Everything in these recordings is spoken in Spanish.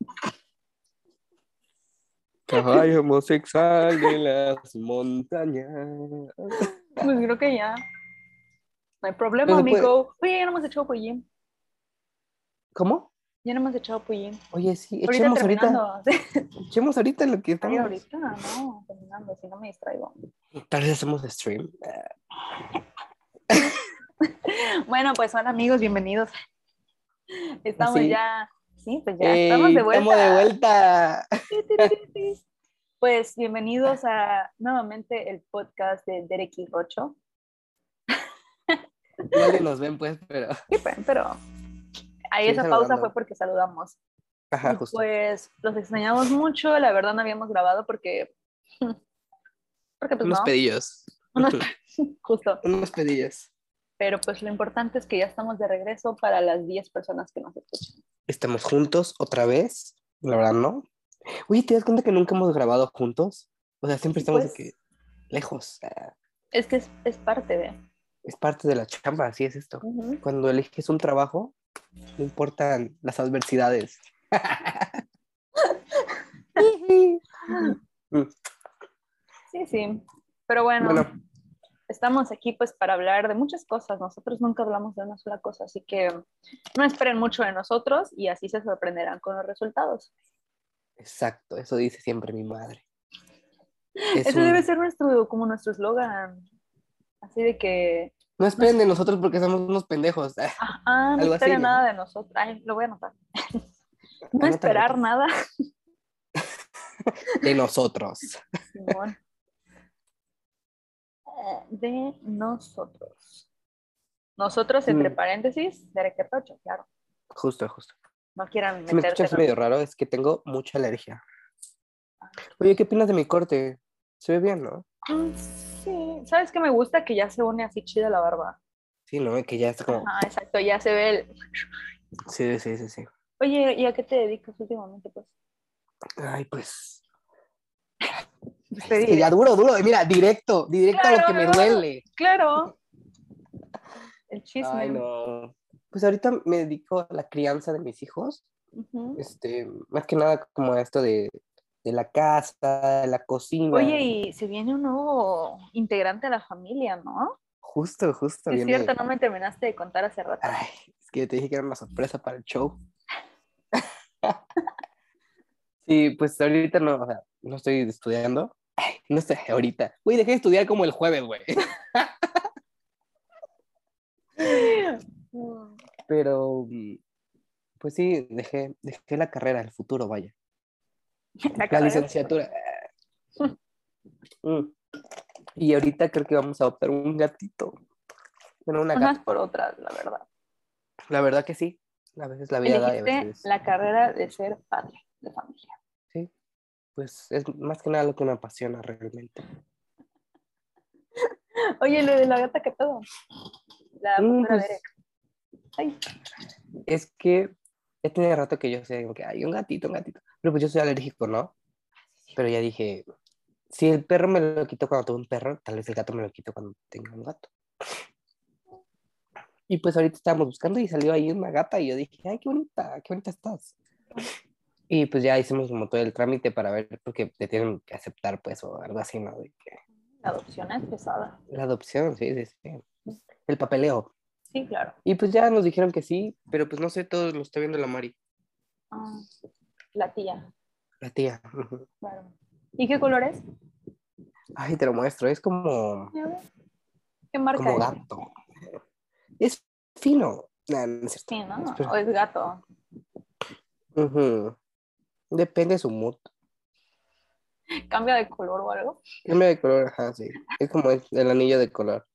Caballo homosexual de las montañas. Pues creo que ya. No hay problema, Pero pues se puede- amigo. Oye, ya no hemos echado pollín. ¿Cómo? Ya no hemos echado pollín. Oye, sí, Ahorita echemos ahorita, terminando. Sí, echemos ahorita lo que estamos. ahorita, no, terminando, si no me distraigo. Tal vez hacemos stream. Bueno, pues hola amigos, bienvenidos. Estamos Sí. ya. Sí, pues ya Ey, estamos de Eh, vuelta. Estamos de vuelta. Pues bienvenidos a nuevamente el podcast de Derek y Rocho. Nadie nos ven, pues, pero. Sí, pues, pero ahí Sí, esa saludando. pausa fue porque saludamos. Ajá, Y, Ah, justo. Pues los extrañamos mucho, la verdad no habíamos grabado porque porque pues Unos no, pedillos. Unos- justo, Unos pedillos. pero pues lo importante es que ya estamos de regreso para las 10 personas que nos escuchan. Estamos juntos otra vez. La verdad, ¿no? Oye, ¿te das cuenta que nunca hemos grabado juntos? O sea, siempre estamos de Pues- que lejos. Ah, Es que es, es parte de Es parte de la chamba, así es esto. Ujú. Cuando eliges un trabajo, no importan las adversidades. Ah. Sí, sí. Pero bueno, Bueno, estamos aquí pues para hablar de muchas cosas. Nosotros nunca hablamos de una sola cosa, así que no esperen mucho de nosotros y así se sorprenderán con los resultados. exacto, eso dice siempre mi madre. Es Ese un- debe ser nuestro como nuestro eslogan. Así de que No esperen de nosotros porque somos unos pendejos. Ah, ah, no Algo espera así, ¿no? nada de nosotros. Ay, lo voy a anotar. No Anótalo. pues. esperar nada. De nosotros. Simón. Eh, De nosotros. Nosotros, entre Mm. paréntesis, de Arequepacho, claro. Justo, justo. No quieran Si me meterse. escuchas con- medio raro, es que tengo mucha alergia. Oye, ¿qué opinas de mi corte? Se ve bien, ¿no? Mm, Sí, ¿sabes qué me gusta? Que ya se une así chida la barba. Sí, ¿no? Que ya está como... Ah, exacto, ya se ve el... Sí, sí, sí, sí. Oye, ¿y a qué te dedicas últimamente? Pues Ay, pues... Pues te Es que diré. ya duro, duro. Mira, directo, directo a lo Claro, que me ¿verdad? duele. Claro. El chisme. Ay, no. Pues ahorita me dedico a la crianza de mis hijos. Ujú. Este, más que nada como a esto de, de la casa, de la cocina. Oye, y se viene un nuevo integrante a la familia, ¿no? Justo, justo. Sí, es viene- cierto, no me terminaste de contar hace rato. Ay, es que te dije que era una sorpresa para el show. sí, pues ahorita no, o sea, no estoy estudiando. Ay, no estoy ahorita. Güey, dejé de estudiar como el jueves, güey. Mm, Pero, mm, pues sí, dejé, dejé la carrera, el futuro, vaya. La La carrera. licenciatura. Mm. Y ahorita creo que vamos a adoptar un gatito. Bueno, una gata. Unas por otras, la verdad. La verdad que sí. A veces la vida da y a Elegiste veces. la carrera de ser padre de familia. Pues es más que nada lo que me apasiona realmente. Oye, lo de la gata que todo. La Mm, futura pues, Derek. Ay, es que ya tenía rato que yo sé como que hay un gatito, un gatito. Pero pues yo soy alérgico, ¿no? Pero ya dije, si el perro me lo quitó cuando tuve un perro, tal vez el gato me lo quitó cuando tenga un gato. Y pues ahorita estábamos buscando y salió ahí una gata y yo dije, ay, qué bonita, qué bonita estás. Y pues ya hicimos como todo el trámite para ver, porque te tienen que aceptar, pues, o algo así, ¿no? De que- la adopción es pesada. La adopción, sí, sí, sí. El papeleo. Sí, claro. Y pues ya nos dijeron que sí, pero pues no sé, todos lo está viendo la Mari. Ah, la tía, La tía. ujú. claro. ¿Y qué color es? Ay, te lo muestro, es como, A ver. ¿Qué marca como es? gato. Es fino. Nah, no es cierto. Sí, ¿no? Espera. O es gato. Ujú. Depende de su mood. ¿Cambia de color o algo? Cambia de color, ajá, sí. Es como el, el anillo de color.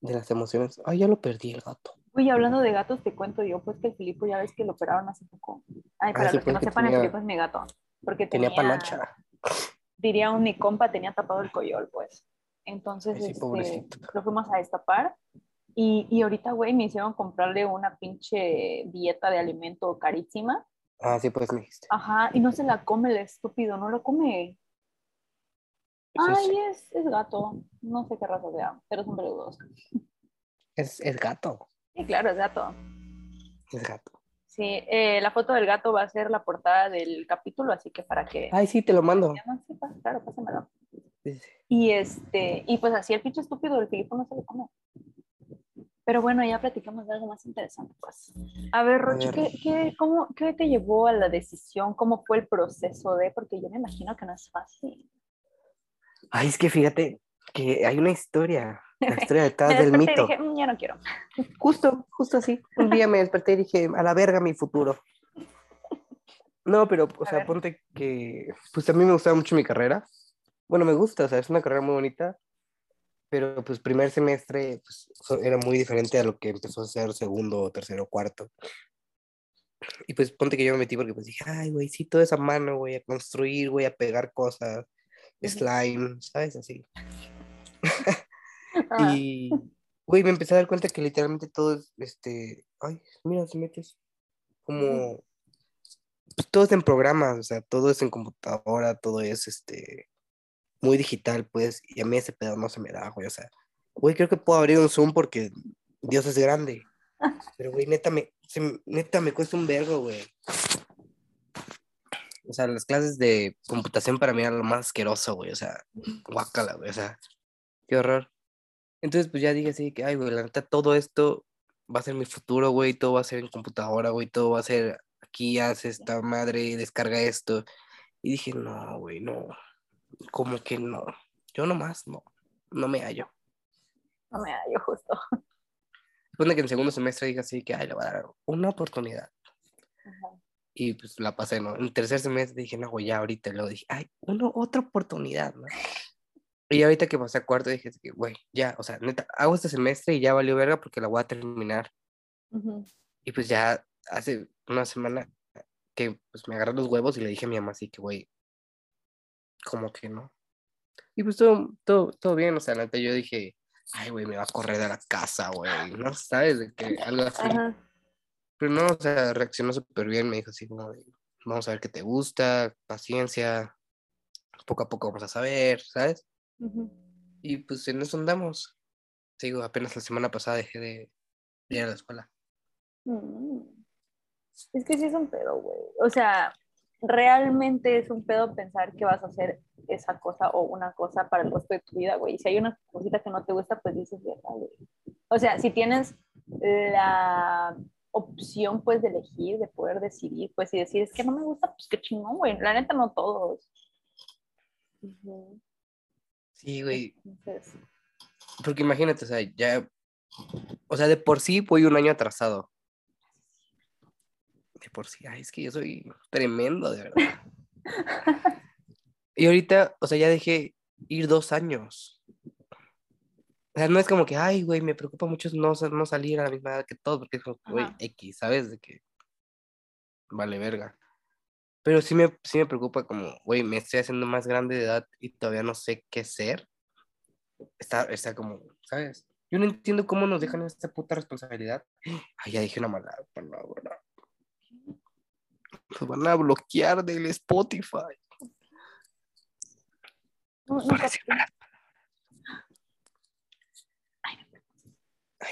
De las emociones. Ay, ya lo perdí el gato. Uy, hablando de gatos, te cuento yo, pues que el Filipo ya ves que lo operaron hace poco. Ay, para sí, los que pues, no que sepan, el tenía- Filipo es mi gato. Porque tenía, Tenía panacha. diría un mi compa, tenía tapado el coyol, pues. Entonces, Ay, sí, este, pobrecito. lo fuimos a destapar. Y, y ahorita, güey, me hicieron comprarle una pinche dieta de alimento carísima. Ah, sí, pues me dijiste. Ajá, y no se la come el estúpido, no lo come. Sí, Ay, sí. es, es gato. No sé qué raza sea, pero es un peludo. Es, es gato. Sí, claro, es gato. Es gato. Sí, eh, la foto del gato va a ser la portada del capítulo, así que para que... Ay, sí, te lo mando. Ya no, sí, pa- claro, pásamelo. Sí, sí. Y este, y pues así el pinche estúpido del Filipo no se lo come. Pero bueno, ya platicamos de algo más interesante, pues. A ver, Rocho, ver. ¿qué, qué, cómo, ¿qué te llevó a la decisión? ¿Cómo fue el proceso de? Porque yo me imagino que no es fácil. Ay, es que fíjate que hay una historia, la historia Me detrás Ah, del desperté y mito. dije, "Mm, ya no quiero. Justo, justo así. Un día me desperté y dije, a la verga mi futuro. No, pero, o A sea, ver. ponte que, pues a mí me gustaba mucho mi carrera. Bueno, me gusta, o sea, es una carrera muy bonita, pero pues primer semestre pues, so- era muy diferente a lo que empezó a ser segundo, tercero, cuarto. Y pues ponte que yo me metí porque pues dije, ay, güey, sí, toda esa mano, güey, a construir, güey, a pegar cosas, Ujú. slime, ¿sabes? Así. Ah, Y, güey, me empecé a dar cuenta que literalmente todo es, este, ay, mira, se metes como, pues todo es en programas, o sea, todo es en computadora, todo es, este, muy digital, pues, y a mí ese pedo no se me da, güey, o sea, güey, creo que puedo abrir un Zoom porque Dios es grande, pero, güey, neta me, se me- neta me cuesta un vergo, güey. O sea, las clases de computación para mí eran lo más asqueroso, güey, o sea, guácala, güey, o sea, qué horror. Entonces, pues ya dije así que, ay, güey, la neta, todo esto va a ser mi futuro, güey, todo va a ser en computadora, güey, todo va a ser aquí, haz esta madre, descarga esto. Y dije, no, güey, no, como que no, yo nomás no, no me hallo. no me hallo justo. Supone que en segundo semestre dije así que, ay, le voy a dar una oportunidad. Ajá. Y pues la pasé, ¿no? En tercer semestre dije, no, güey, ya ahorita. Y luego dije, ay, uno, otra oportunidad, ¿no? Y ahorita que pasé a cuarto dije, así que, güey, ya, o sea, neta, hago este semestre y ya valió verga porque la voy a terminar. Ujú. Y pues ya hace una semana que pues me agarré los huevos y le dije a mi mamá así que, güey, como que no. Y pues todo, todo, todo bien, o sea, la neta yo dije, ay, güey, me va a correr de la casa, güey, ¿no? ¿Sabes? De que algo así. Ajá. Pero no, o sea, reaccionó súper bien, me dijo así como, de, vamos a ver qué te gusta, paciencia, poco a poco vamos a saber, ¿sabes? Ujú. Y pues en eso andamos. Te digo, apenas la semana pasada dejé de, de ir a la escuela. Mm. Es que sí es un pedo, güey. O sea, realmente es un pedo pensar que vas a hacer esa cosa o una cosa para el resto de tu vida, güey. Y si hay una cosita que no te gusta, pues dices, "Verga, güey. O sea, si tienes la opción, pues, de elegir, de poder decidir, pues, y decir, es que no me gusta, pues, qué chingón, güey. La neta, no todos. Ujú. Sí, güey, Entonces, Porque imagínate, o sea, ya. O sea, de por sí voy un año atrasado. De por sí. Ay, es que yo soy tremendo, de verdad. y ahorita, o sea, ya dejé ir dos años. O sea, no es como que, ay, güey, me preocupa mucho no, sa- no salir a la misma edad que todos, porque es como, güey, Ajá. X, ¿sabes? De que. Vale, verga. Pero sí me, sí me preocupa como, güey, me estoy haciendo más grande de edad y todavía no sé qué ser. Está, está como, ¿sabes? Yo no entiendo cómo nos dejan esta puta responsabilidad. Ay, ya dije una mala palabra. Nos van a bloquear del Spotify. no, no, Por decir malas palabras. Ay,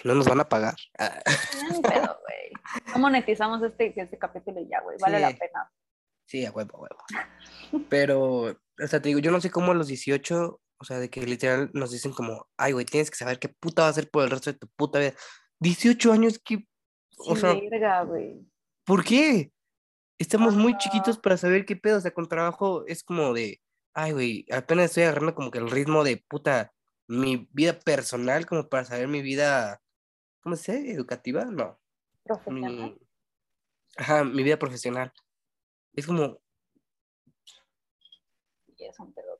no nos van a pagar. Ah, no, ni pedo, güey. No monetizamos este, este capítulo y ya, güey. Vale Sí. la pena. sí, a huevo, a huevo. Pero, o sea, te digo, yo no sé cómo a los 18, o sea, de que literal nos dicen como, ay, güey, tienes que saber qué puta va a ser por el resto de tu puta vida. 18 años, que O Sí, sea, verga, güey. ¿Por qué? Estamos muy Ajá. chiquitos para saber qué pedo. O sea, con trabajo es como de, ay, güey, apenas estoy agarrando como que el ritmo de puta, mi vida personal, como para saber mi vida, ¿cómo se dice? ¿Educativa? No. Profesional. Mi... Ajá, mi vida profesional. Es como, Y es un pedo.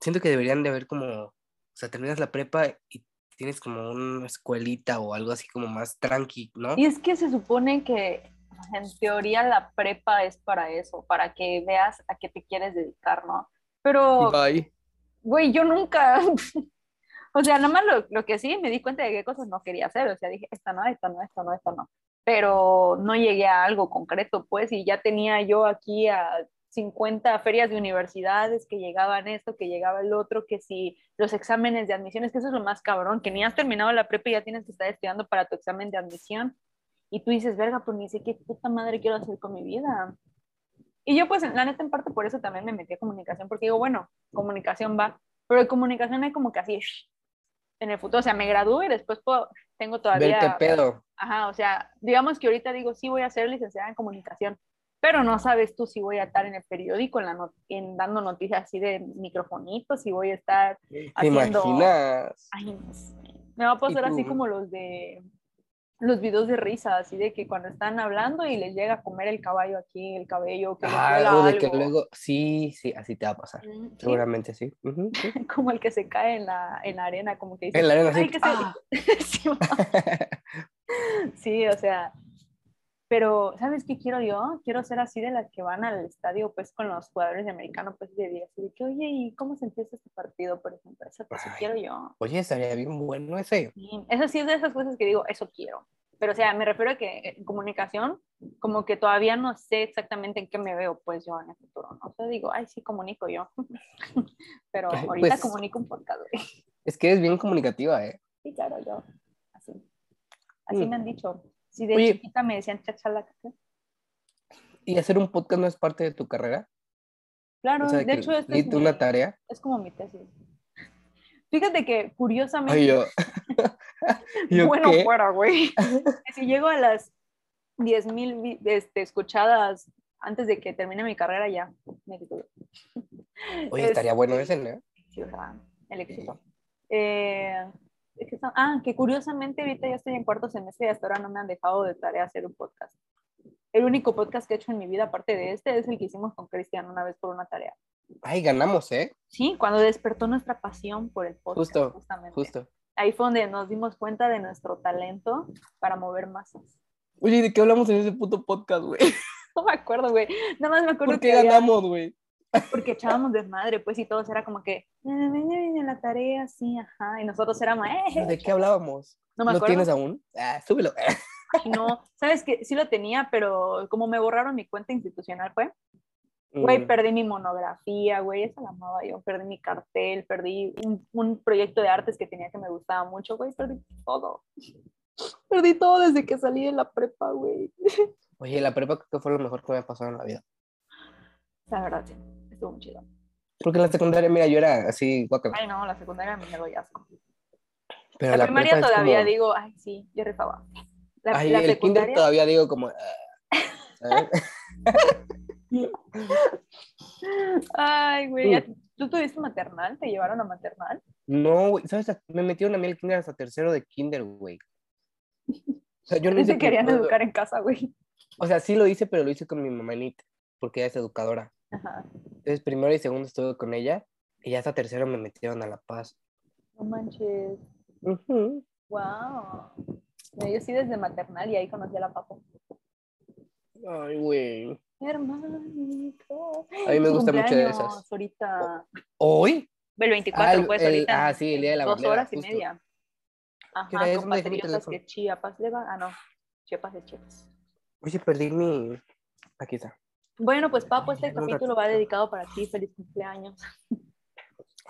siento que deberían de haber como, o sea, terminas la prepa y tienes como una escuelita o algo así como más tranqui, ¿no? Y es que se supone que en teoría la prepa es para eso, para que veas a qué te quieres dedicar, ¿no? Pero, Bye. güey, yo nunca. o sea, nada más lo, lo que sí me di cuenta de qué cosas no quería hacer. O sea, dije, esta no, esta no, esta no, esta no. Pero no llegué a algo concreto, pues, y ya tenía yo aquí a 50 ferias de universidades que llegaban esto, que llegaba el otro, que si los exámenes de admisiones, que eso es lo más cabrón, que ni has terminado la prepa y ya tienes que estar estudiando para tu examen de admisión. Y tú dices, verga, pues ni sé qué puta madre quiero hacer con mi vida. Y yo pues, en- la neta, en parte por eso también me metí a comunicación, porque digo, bueno, comunicación va, pero de comunicación hay como que así, shh, en el futuro, o sea, me gradúo y después puedo, tengo Ver qué todavía... pedo. Ajá, o sea, digamos que ahorita digo, sí voy a ser licenciada en comunicación, pero no sabes tú si voy a estar en el periódico, en, la not- en dando noticias así de microfonitos, si voy a estar, ¿Te haciendo- imaginas? ay, no sé. Me va a pasar así tú? como los de los videos de risa, así de que cuando están hablando y les llega a comer el caballo aquí, el cabello, que les Ah, vuela o de que algo. luego. Sí, sí, así te va a pasar. Mm, sí, Seguramente sí. Ujú, sí. como el que se cae en la, en la arena, como que dice, En la arena "Ay, así. que se- ¡ah! Sí, ma- sí, o sea, pero ¿sabes qué quiero yo? Quiero ser así de las que van al estadio pues con los jugadores de americano pues de día, así de que, oye, ¿y cómo se empieza este partido, por ejemplo? Eso pues sí Ay. quiero yo. Oye, estaría bien bueno ese. Sí, Eso sí es de esas cosas que digo, eso quiero. Pero o sea, me refiero a que en comunicación, como que todavía no sé exactamente en qué me veo pues yo en el futuro, ¿no? O sea, digo, ay, sí comunico yo. pero Ay, ahorita pues- comunico un podcast, güey. Es que es bien comunicativa, ¿eh? Sí, claro, yo. Así. Así Mm. me han dicho. Si de Oye. chiquita me decían chachalaca. Y hacer un podcast no es parte de tu carrera. Claro, o sea, de que hecho, esto leí es, tú mi- una tarea. es como mi tesis. Fíjate que Ay, curiosamente, yo. yo bueno pues, qué? fuera, güey. que si llego a las 10.000 vi- este, escuchadas antes de que termine mi carrera, ya me titulo. Oye, este estaría bueno ese, ¿no? Sí, o sea, el éxito. Eh, es que son- ah, que curiosamente ahorita ya estoy en cuarto semestre y hasta ahora no me han dejado de tarea hacer un podcast. El único podcast que he hecho en mi vida, aparte de este, es el que hicimos con Cristian una vez por una tarea. Ay, ganamos, ¿eh? Sí, cuando despertó nuestra pasión por el podcast. Justo, justamente. Justo. Ahí fue donde nos dimos cuenta de nuestro talento para mover masas. Oye, ¿y ¿de qué hablamos en ese puto podcast, güey? No me acuerdo, güey. Nada más me acuerdo ¿Por qué que había- ganamos, güey? porque echábamos desmadre, pues, y todos era como que, en la tarea, sí, ajá. Y nosotros éramos, eh, ¿De qué hablábamos? no me ¿No acuerdo. tienes aún? Ah, súbelo. Ay, no, sabes que sí lo tenía, pero como me borraron mi cuenta institucional, fue, güey, Mm, perdí mi monografía, güey, esa la amaba yo, perdí mi cartel, perdí un, un proyecto de artes que tenía que me gustaba mucho, güey, perdí todo. Perdí todo desde que salí de la prepa, güey. Oye, la prepa creo que fue lo mejor que me ha pasado en la vida. La verdad, sí, estuvo muy chido. Porque en la secundaria, mira, yo era así, guacamole. Ay, no, la secundaria me doy asco. Pero La, la, primaria prepa es todavía como- digo, ay, sí, yo rifaba. La, Ay, la el kinder secundaria, todavía digo como... ah, ¿sabes? ay, güey, Mm. ya- ¿tú tuviste maternal? ¿Te llevaron a maternal? No, güey, ¿sabes? Me metieron a mí al kinder hasta tercero de kinder, güey. O sea, yo no No hice... te querían con- educar en casa, güey. O sea, sí lo hice, pero lo hice con mi mamanita, porque ella es educadora. Ajá. Entonces, primero y segundo estuve con ella, y ya hasta tercero me metieron a La Paz. No manches. Ujú. Wow. No, yo sí desde maternal y ahí conocí a la papo. Ay, güey. Hermanito. A mí me Su gusta mucho de cumpleaños, esas. Ahorita. ¿Hoy, El 24, Ah, el- pues el- ahorita. ah, sí, el día de la Dos bandera, horas y justo. media. ¿Qué hora Ajá, es? con ¿Dónde dejé mi patriotas teléfono? que Chiapas le van. Ah, no. Chiapas de Chiapas. Oye, perdí mi... Aquí está. Bueno, pues papo, este Un capítulo ratito. va dedicado para ti. Feliz cumpleaños.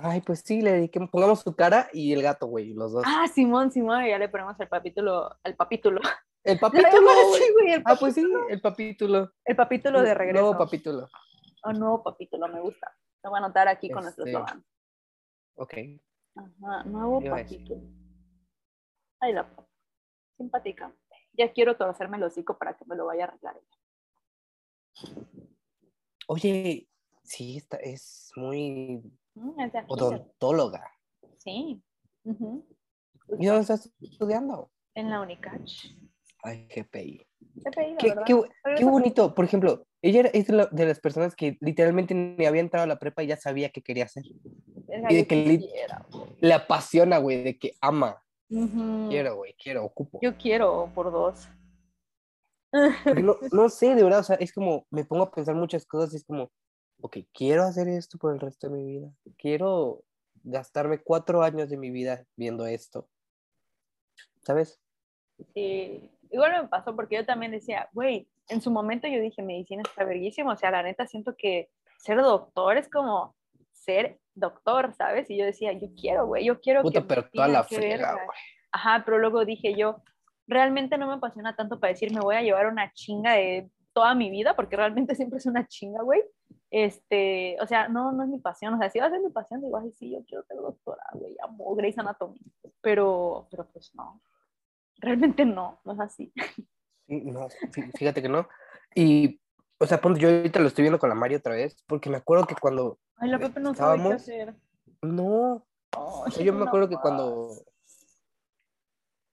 Ay, pues sí, le dediqué... Pongamos su cara y el gato, güey, los dos. Ah, Simón, Simón, ya le ponemos el papítulo, al papítulo. El Le voy a papítulo, llamar güey. así, güey, el, Ah, pues sí, el papítulo. el papítulo de regreso. Nuevo papítulo. Oh, nuevo papítulo, me gusta. Lo voy a anotar aquí con nuestro Este. eslogan. Ok. Ajá, nuevo ¿Qué iba a decir? papítulo. Ay, la p- simpática. Ya quiero torcerme el hocico para que me lo vaya a arreglar. ella. Oye, sí, está, es muy Mm, es de aquí, odontóloga. Sí. Ujú. ¿Y dónde estás estudiando? En la Unicach. Ay, GPI. Te pedí, Qué, ¿verdad? qué bu- Pero qué eso- bonito. Por ejemplo, ella era- es de la- de las personas que literalmente ni había entrado a la prepa y ya sabía qué quería hacer. verga, y de yo que lit- quisiera. Le apasiona, güey, de que ama. Ujú. Quiero, güey, quiero, ocupo. Yo quiero por dos. Porque No, no sé, de verdad, o sea, es como, me pongo a pensar muchas cosas y es como, ok, quiero hacer esto por el resto de mi vida. Quiero gastarme cuatro años de mi vida viendo esto. ¿Sabes? Sí, eh, igual me pasó porque yo también decía, güey, en su momento yo dije, medicina está verguísima, o sea, la neta siento que ser doctor es como ser doctor, ¿sabes? Y yo decía, yo quiero, güey, yo quiero Puta, que pero medicina, toda la qué frega, verga". güey. Ajá, pero luego dije yo, realmente no me apasiona tanto para decir me voy a llevar una chinga de toda mi vida, porque realmente siempre es una chinga, güey. Este, o sea, no, no es mi pasión. O sea, si va a ser mi pasión, digo, ay, sí, yo quiero ser doctora, güey, amo Grey's Anatomy. Pero, pero pues no. Realmente no, no es así. Sí, no, fí- fíjate que no. Y, o sea, ponte, yo ahorita lo estoy viendo con la Mari otra vez, porque me acuerdo que cuando. Ay, la Pepe no sabe qué Estábamos- hacer. No, o sea, yo me acuerdo que cuando.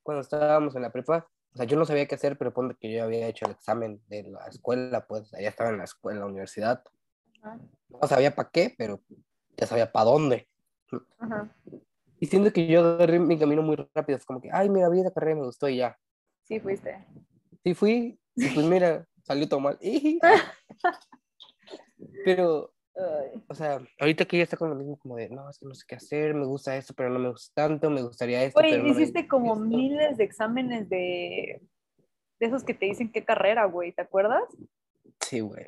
Cuando estábamos en la prepa, o sea, yo no sabía qué hacer, pero ponte que yo había hecho el examen de la escuela, pues, allá estaba en la escuela, en la universidad. Ajá. No sabía para qué, pero ya sabía para dónde. Ajá. Y siento que yo agarré mi camino muy rápido. Es como que, ay, mira, vi esa carrera y me gustó y ya. Sí, fuiste. Sí fui, y pues mira, salió todo mal. pero, Ay. o sea, ahorita que ella está con lo mismo, como de, no, es que no sé qué hacer, me gusta esto, pero no me gusta tanto, me gustaría esto. pero Güey, no me hiciste gusta como esto". miles de exámenes de, de esos que te dicen qué carrera, güey, ¿te acuerdas? Sí, güey.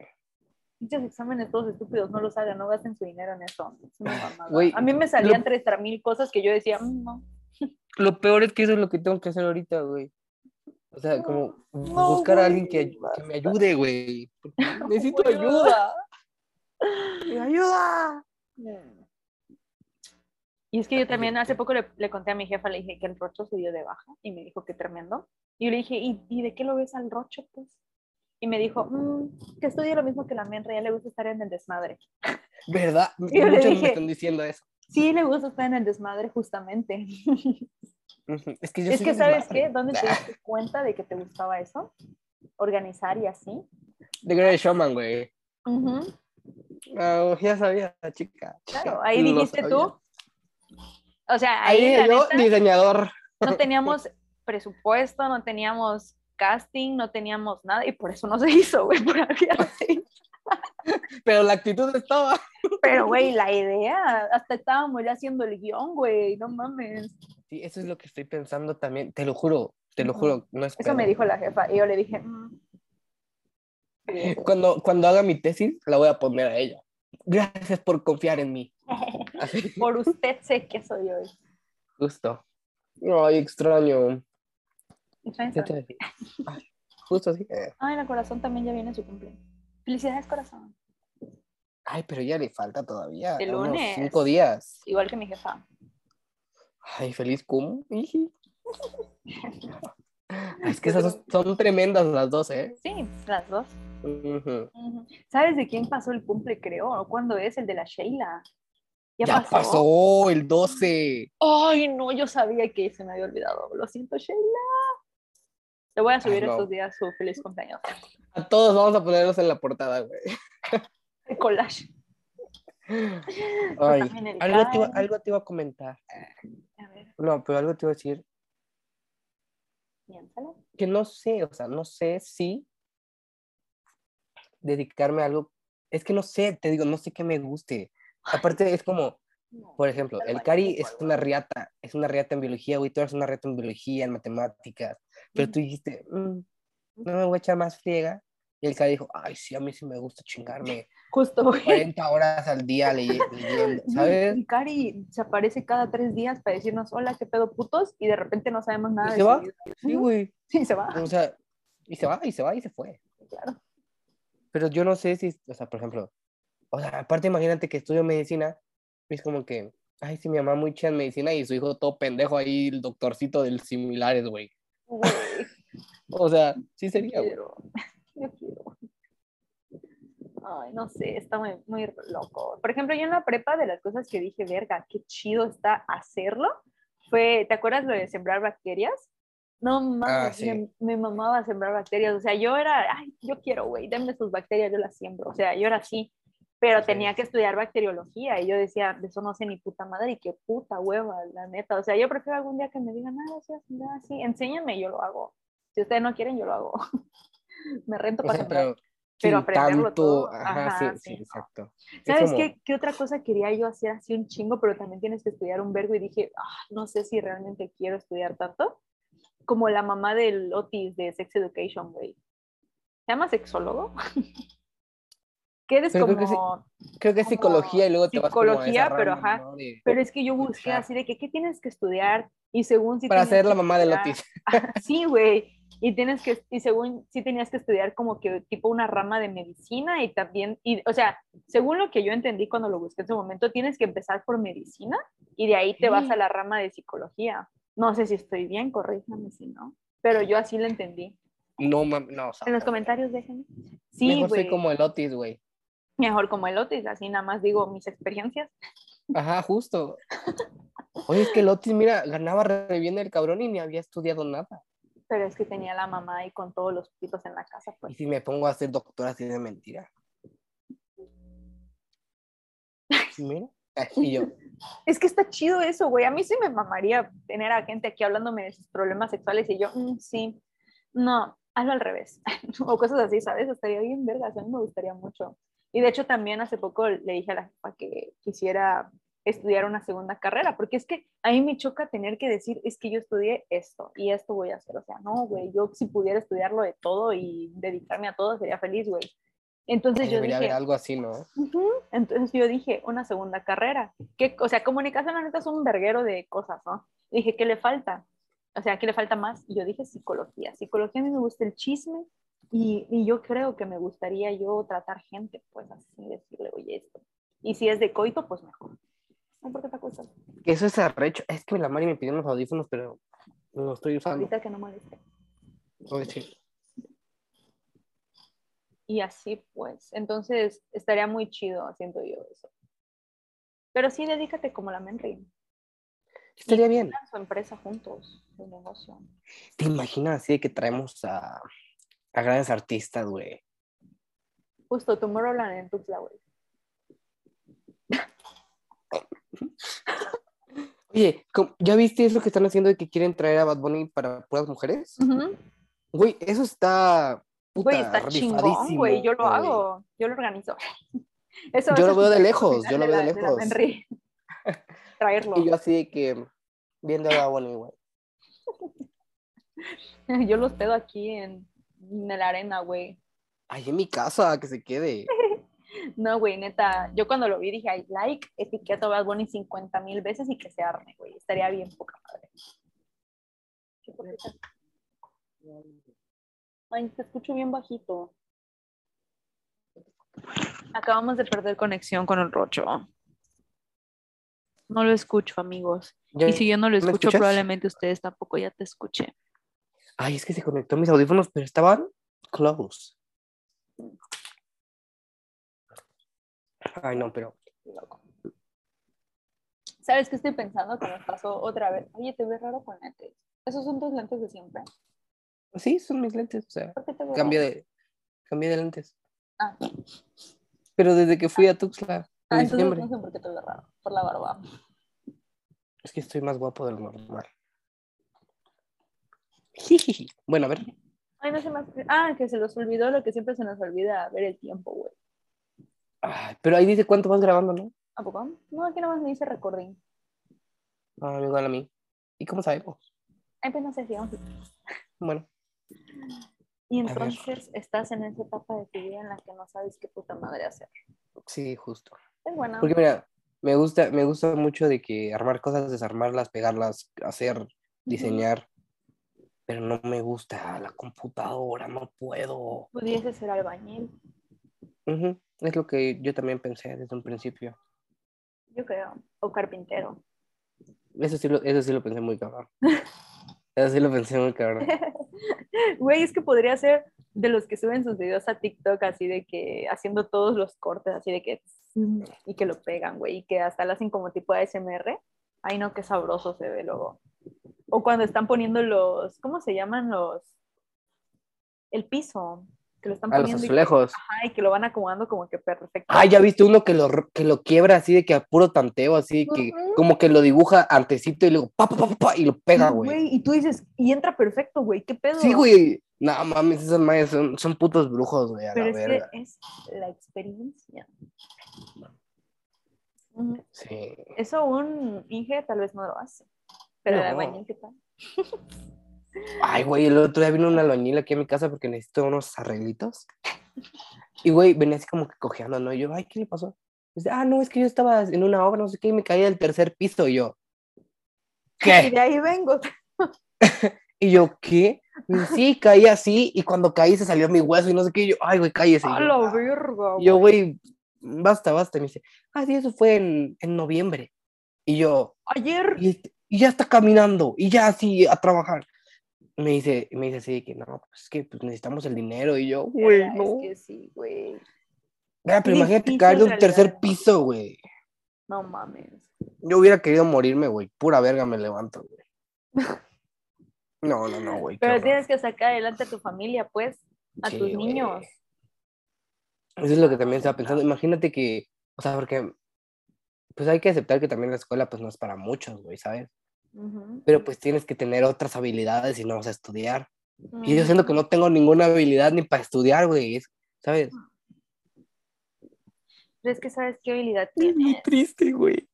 Dichos exámenes todos estúpidos, no los hagan, no gasten su dinero en eso. Es una mamada. Güey, a mí me salían lo- 30 mil cosas que yo decía, "Mm, no. Lo peor es que eso es lo que tengo que hacer ahorita, güey. O sea, No, como no, buscar a alguien que, güey, ay- que me ayude, güey. porque Necesito Güey, ayuda. ¡Ayuda! Mm. Y es que yo también hace poco le, le conté a mi jefa, le dije que el rocho se dio de baja y me dijo que tremendo. Y yo le dije, ¿y, y de qué lo ves al rocho, pues? Y me dijo, "Mm, que estudia lo mismo que la Menra, ya le gusta estar en el desmadre. ¿Verdad? yo le Muchos dije- me están diciendo eso. Sí, le gusta estar en el desmadre, justamente. Ujú, Es que yo es soy que, un ¿sabes desmadre. qué? ¿Dónde te diste cuenta de que te gustaba eso? Organizar y así. The Great Showman, güey. Ujú. Ah, ya sabía, chica. Claro, ahí Lo dijiste sabía. tú. O sea, Ahí ahí, la dije yo, neta, diseñador. no teníamos presupuesto, no teníamos casting, no teníamos nada y por eso no se hizo, güey, por algo ya no se hizo. Pero la actitud estaba. Pero, güey, la idea, hasta estábamos ya haciendo el guión, güey, no mames. Sí, eso es lo que estoy pensando también. Te lo juro, te lo Ujú. juro. No es Eso pedo. me dijo la jefa y yo le dije, "Mm". Sí, Cuando, cuando haga mi tesis, la voy a poner a ella. Gracias por confiar en mí. Así, por usted sé que soy hoy. justo. Ay, extraño. Y saben, ¿Qué te iba a decir? Ay, Justo así. eh. Ay, la Ah, corazón también ya viene su cumpleaños. Felicidades, corazón. Ay, pero ya le falta todavía. El unos lunes. cinco días. Igual que mi jefa. Ay, feliz cum. Iji. Ay, Es que esas dos son tremendas las dos, ¿eh? Sí, las dos. Ujú. Ujú. ¿Sabes de quién pasó el cumple, creo? ¿O cuándo es? El de la Sheila. Ya, ¿Ya, pasó? el 12. Ay, no, yo sabía que se me había olvidado. Lo siento, Sheila. Te voy a Ay, subir no. estos días su feliz cumpleaños. A todos vamos a ponerlos en la portada, güey. El collage. Ay, Pues también el algo, te iba, Kai. algo te iba a comentar. A ver, No, pero algo te iba a decir piénsalo. que no sé, o sea, no sé si dedicarme a algo. Es que no sé, te digo, no sé qué me guste. Aparte, es como, No. por ejemplo, el Algo Cari ahí, es una riata, es una riata en biología, güey, tú eres una riata en biología, en matemáticas, pero tú dijiste, "Mm, no me voy a echar más friega. Y el Cari dijo, ay, sí, a mí sí me gusta chingarme. Justo, güey. 40 horas al día leye- leyendo, ¿sabes? Y Cari se aparece cada tres días para decirnos, hola, qué pedo putos, y de repente no sabemos nada ¿Y de se su va? Mm. vida. Sí, güey. Sí, se va. O sea, y se va, y se va, y se fue. Claro. Pero yo no sé si, o sea, por ejemplo, o sea, aparte imagínate que estudio medicina, y es como que, ay, sí, mi mamá muy chida en medicina y su hijo todo pendejo ahí, el doctorcito del similares, güey. Güey, O sea, sí sería, güey. quiero. Yo quiero. Ay, no sé, está muy, muy loco. Por ejemplo, yo en la prepa de las cosas que dije, verga, qué chido está hacerlo, fue, ¿te acuerdas lo de sembrar bacterias? No mames, Ah, sí. me, me mamaba sembrar bacterias. O sea, yo era, ay, yo quiero, güey, denme sus bacterias, yo las siembro. O sea, yo era así, pero Sí. tenía que estudiar bacteriología y yo decía, de eso no sé ni puta madre y qué puta hueva, la neta. O sea, yo prefiero algún día que me digan, ah, sí, sí, sí, enséñame, y yo lo hago. Si ustedes no quieren, yo lo hago. me rento O para sea, sembrar. pero, Pero sin aprenderlo tanto, todo, ajá, ajá, sí, sí, sí, no. exacto. Es ¿Sabes como, qué, qué otra cosa quería yo hacer así un chingo, pero también tienes que estudiar un vergo y dije, "Ah, no sé si realmente quiero estudiar tanto? Como la mamá del Otis de Sex Education, güey. ¿Se llama sexólogo? que eres Pero como... creo que Creo que es como psicología y luego te vas como a esa psicología, pero rama, ajá, ¿no? De- Pero es que yo busqué Ajá. así de que, ¿qué tienes que estudiar? Y según si... Para tienes ser la que mamá de estudiar- Lotis. Sí, güey. Y tienes que, y según sí tenías que estudiar como que tipo una rama de medicina y también, y, o sea, según lo que yo entendí cuando lo busqué en su momento, tienes que empezar por medicina y de ahí te vas a la rama de psicología. No sé si estoy bien, corríjame si no, pero yo así lo entendí. No, mames, no. o sea, En los comentarios déjenme. Sí, Mejor güey. soy como el Otis, güey. Mejor como el Otis, así nada más digo mis experiencias. Ajá, justo. Oye, es que el Otis, mira, ganaba re bien el cabrón y ni había estudiado nada. Pero es que tenía la mamá ahí con todos los pitos en la casa, Y pues. si me pongo a ser doctora, así de mentira. Mira, y yo. Es que está chido eso, güey. A mí sí me mamaría tener a gente aquí hablándome de sus problemas sexuales y yo, "Mm, sí, no, hazlo al revés. o cosas así, ¿sabes? Estaría bien vergas, a mí me gustaría mucho. Y de hecho también hace poco le dije a la jefa que quisiera estudiar una segunda carrera, porque es que a mí me choca tener que decir, es que yo estudié esto y esto voy a hacer. O sea, no, güey, yo si pudiera estudiarlo de todo y dedicarme a todo, sería feliz, güey. Entonces yo Debería dije, haber algo así, ¿no? Ujú. Entonces yo dije, una segunda carrera. que o sea, comunicación la neta es un verguero de cosas, ¿no? Dije, ¿qué le falta? O sea, ¿qué le falta más? Y yo dije psicología. Psicología a mí me gusta el chisme y, y yo creo que me gustaría yo tratar gente, pues así, decirle, oye, esto. Y si es de coito, pues mejor. No, porque te acuerdas. Que eso es arrecho. Es que la Mari me pidió unos audífonos, pero no los estoy usando. Ahorita que no moleste. Oye, sí. Y así pues. Entonces estaría muy chido haciendo yo eso. Pero sí, dedícate como la Menry. Estaría bien. Su empresa juntos, su negocio. ¿Te imaginas así de que traemos a, a grandes artistas, güey? Justo Tomorrowland en Tuxtla, güey. Oye, ¿com- ¿ya viste eso que están haciendo de que quieren traer a Bad Bunny para puras mujeres? Güey, eso está. Puta, Güey, está chingón, rifadísimo, güey. Yo lo güey. hago. Yo lo organizo. Eso Yo lo es veo de el lejos, yo lo veo de la- la lejos. Henry. Traerlo. Y yo así de que. Viendo a Bad Bunny, güey. yo... los pedo aquí en, en la arena, güey. Ahí en mi casa, que se quede. No, güey, neta. Yo cuando lo vi dije, ay, like, etiqueta a Bad Bunny 50 mil veces y que se arme, güey. Estaría bien poca madre. Qué poquita. Ay, te escucho bien bajito. Acabamos de perder conexión con el Rocho. No lo escucho, amigos. Yo- y si yo no lo ¿me escucho, escuchas? probablemente ustedes tampoco ya te escuché. Ay, es que se conectó mis audífonos, pero estaban close. Ay, no, pero. Loco. ¿Sabes qué estoy pensando que nos pasó otra vez? Oye, te ves raro con lentes. ¿Esos son tus lentes de siempre? Sí, son mis lentes, o sea. ¿Por qué te ves Cambié raro? de, cambié de lentes. Ah. Pero desde que fui a Tuxtla en Ah, entonces diciembre, no sé por qué te ves raro. Por la barba. es que estoy más guapo de lo normal. Jijiji. Bueno, a ver. Ay, no se me... Ah, que se los olvidó lo que siempre se nos olvida, ver el tiempo, güey. Ay, pero ahí dice cuánto vas grabando, ¿no? ¿A poco? No, aquí nada más me dice recording. Ah, igual a mí. ¿Y cómo sabemos? Ay, pues no sé si vamos Bueno, Y A ver. entonces estás en esa etapa de tu vida en la que no sabes qué puta madre hacer. sí, justo. Es buena. Porque mira, me gusta, me gusta mucho de que armar cosas, desarmarlas, pegarlas, hacer, diseñar. Pero no me gusta la computadora, no puedo. Pudiese ser albañil, Ujú, Es lo que yo también pensé desde un principio. yo creo. O carpintero. Eso sí lo, eso sí lo pensé muy cabrón. Eso sí lo pensé muy cabrón. Güey, es que podría ser de los que suben sus videos a TikTok así de que haciendo todos los cortes, así de que y que lo pegan, güey, y que hasta lo hacen como tipo ASMR. Ay, no, qué sabroso se ve luego. O cuando están poniendo los, ¿cómo se llaman los? El piso, que lo están A Ah, los poniendo y que, azulejos. ajá, y que lo van acomodando como que perfecto. Ah, ya viste uno que lo, r- que lo quiebra así de que a puro tanteo, así de que Ujú. como que lo dibuja antecito y luego pa, pa, pa, pa, pa, y lo pega, güey. Y tú dices, y entra perfecto, güey, qué pedo. Sí, güey. No mames, esas mayas son, son putos brujos, güey, a Pero la es verga. que es la experiencia. Ujú. Sí. Eso un Inge tal vez no lo hace. Pero No. la mañana, ¿qué tal? Ay, güey, el otro día vino una albañil aquí a mi casa porque necesito unos arreglitos. Y, güey, venía así como que cojeando, ¿no? Y yo, ay, ¿qué le pasó? Dice, ah, no, es que yo estaba en una obra, no sé qué, y me caí del tercer piso. Y yo, Y ¿qué? de ahí vengo. Y yo, ¿qué? Y dice, sí, caí así, y cuando caí se salió mi hueso y no sé qué. Y yo, ay, güey, cállese. Y A yo, la "Ah". verga, Y yo, güey, basta, basta. Y me dice, ah, sí, eso fue en, en noviembre. Y yo, Ayer. y, este, y ya está caminando, y ya así a trabajar. Me dice, me dice así de que no, pues es que pues, necesitamos el dinero. Y yo, güey, Era, no. Es que sí, güey. Vea, pero imagínate difícil caer de un realidad. tercer piso, güey. No mames. Yo hubiera querido morirme, güey. Pura verga me levanto, güey. No, no, no, güey. qué Pero horror. tienes que sacar adelante a tu familia, pues, a Sí, tus güey. niños. Eso es lo que también estaba pensando. Imagínate que, o sea, porque pues hay que aceptar que también la escuela pues no es para muchos, güey, ¿sabes? Ujú. Pero pues tienes que tener otras habilidades y no vas a estudiar. Y Mm. yo siento que no tengo ninguna habilidad ni para estudiar, güey, es- ¿sabes? Pero es que sabes qué habilidad tienes. triste, güey.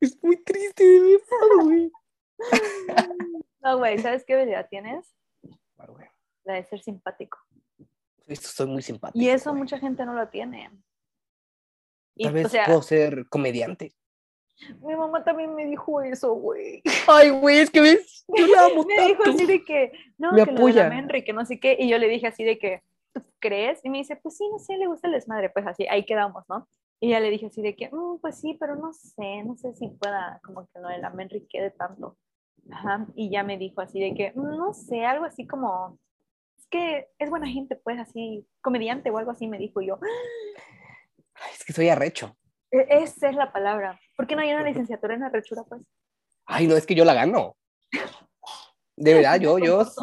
Es muy triste, de verdad, güey. No, güey, ¿sabes qué habilidad tienes? Ah, güey. La de ser simpático. Esto soy muy simpático. Y eso güey. mucha gente no lo tiene. Y, Tal vez o sea, puedo ser comediante. mi mamá también me dijo eso, güey. Ay, güey, es que ves, yo la amo Me dijo así de que, no, Me que lo de la apoya. Menry, que no sé qué. Y yo le dije así de que, ¿tú crees? Y me dice, pues sí, no sé, le gusta el desmadre. Pues así, ahí quedamos, ¿no? Y ya le dije así de que, "Mm, pues sí, pero no sé, no sé si pueda, como que lo de la Menry quede tanto. Ajá. Y ya me dijo así de que, "Mm, no sé, algo así como, es que es buena gente, pues así, comediante o algo así, me dijo Y yo. Ay, es que soy arrecho. "E- Esa es la palabra. ¿Por qué no hay una licenciatura en arrechura, pues? Ay, no, es que yo la gano. De verdad, yo, yo, Pues,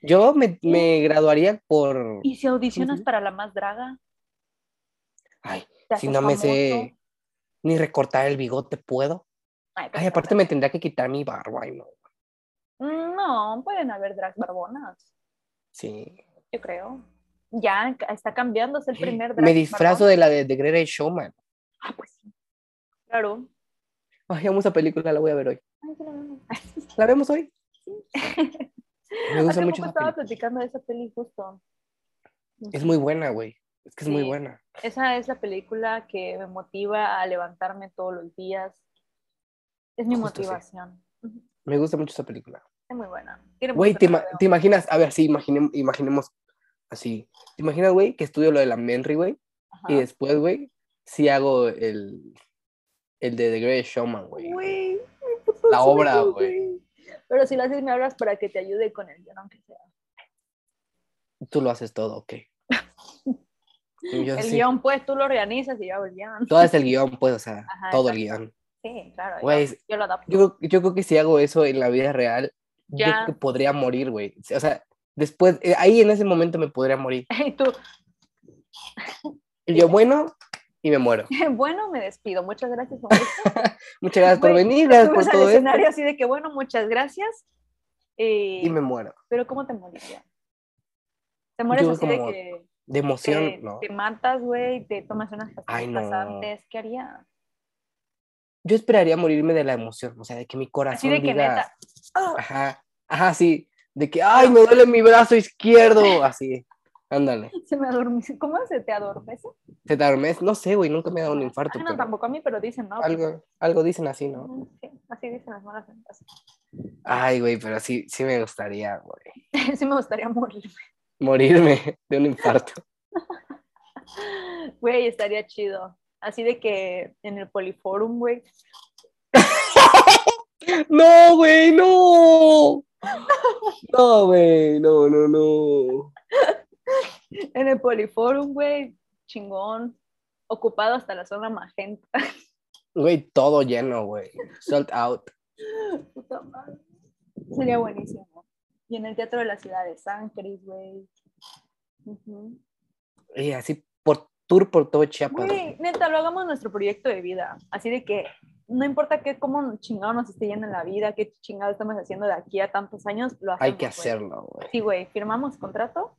yo me, me graduaría por. ¿Y si audicionas Ujú. para la más draga? Ay, ¿Te si haces no me famoso? sé ni recortar el bigote, puedo. Ay, pues, pero Ay, aparte me tendría que quitar mi barba, ay, no. No, pueden haber drag barbonas, Sí. yo creo. Ya ca- está cambiándose el primer drag. Me disfrazo barbón. de la de, de Greatest Showman. Ah, pues sí. Claro. Ay, amo esa película, la voy a ver hoy. Ay, sí, no, no, no. ¿La vemos hoy? Me gusta Hace mucho esa poco estaba película. platicando de esa peli justo. Es muy buena, güey. Es que es muy Sí. buena. Esa es la película que me motiva a levantarme todos los días. Es mi Justo, sí. motivación. Ujú. Me gusta mucho esa película. Es muy buena. Tiene Güey, mucho te, que no ima- la veo. te imaginas, a ver, sí, imagine- imaginemos así. ¿Te imaginas, güey, que estudio lo de la Menry, güey? Y Ajá. después, güey, sí hago el, el de The Great Showman, güey. Güey, mi puto La sueño, obra, güey. Pero si lo haces, me hablas para que te ayude con el guión, aunque sea. Tú lo haces todo, ok. Y yo el sí. guión, pues, tú lo organizas y yo hago el guión. Todo es el guión, pues, o sea, Ajá, todo el exacto. guión. Sí, claro. yo- Güey, yo, lo adapto. Yo, yo creo que si hago eso en la vida real, yo Ya. creo que podría morir, güey. O sea, después, eh, ahí en ese momento me podría morir. Y tú, Y yo, bueno, y me muero. bueno, me despido. Muchas gracias. me gusta. Muchas gracias por Güey, venir, gracias por Subes al todo esto. escenario así de que, bueno, muchas gracias. Eh, Y me muero. Pero ¿cómo te morirías? Te mueres Yo así de como que De te, emoción, ¿no? te matas, güey, te tomas unas Ay, pastillas no. antes. ¿Qué harías? Yo esperaría morirme de la emoción, o sea, de que mi Así corazón de que diga, neta. ah, ajá, ajá, sí, de que, ay, me duele mi brazo izquierdo, así, ándale. se me adormece. ¿Cómo se te adormece? ¿Se te adormece? No sé, güey, nunca me ha dado un Ajá. infarto, Ay, Ah, no, pero tampoco a mí, pero dicen, ¿no? algo, algo dicen así, ¿no? Ujú, sí, así dicen las malas lenguas. Ay, güey, pero sí, sí me gustaría, güey, sí me gustaría morir. morirme de un infarto. Güey, estaría chido. Así de que en el Poliforum, güey. No, güey, no. No, güey, no, no, no. En el Poliforum, güey. Chingón. Ocupado hasta la zona magenta. Güey, todo lleno, güey. Sold out. Puta madre. Sería buenísimo. Y en el Teatro de la Ciudad de San Cris, güey. Ujú. Y así por tour por todo Chiapas. güey. Güey, neta, lo hagamos nuestro proyecto de vida. Así de que no importa qué, cómo chingado nos esté yendo en la vida, qué chingado estamos haciendo de aquí a tantos años, lo hacemos. Hay que güey. hacerlo, güey. Sí, güey, firmamos contrato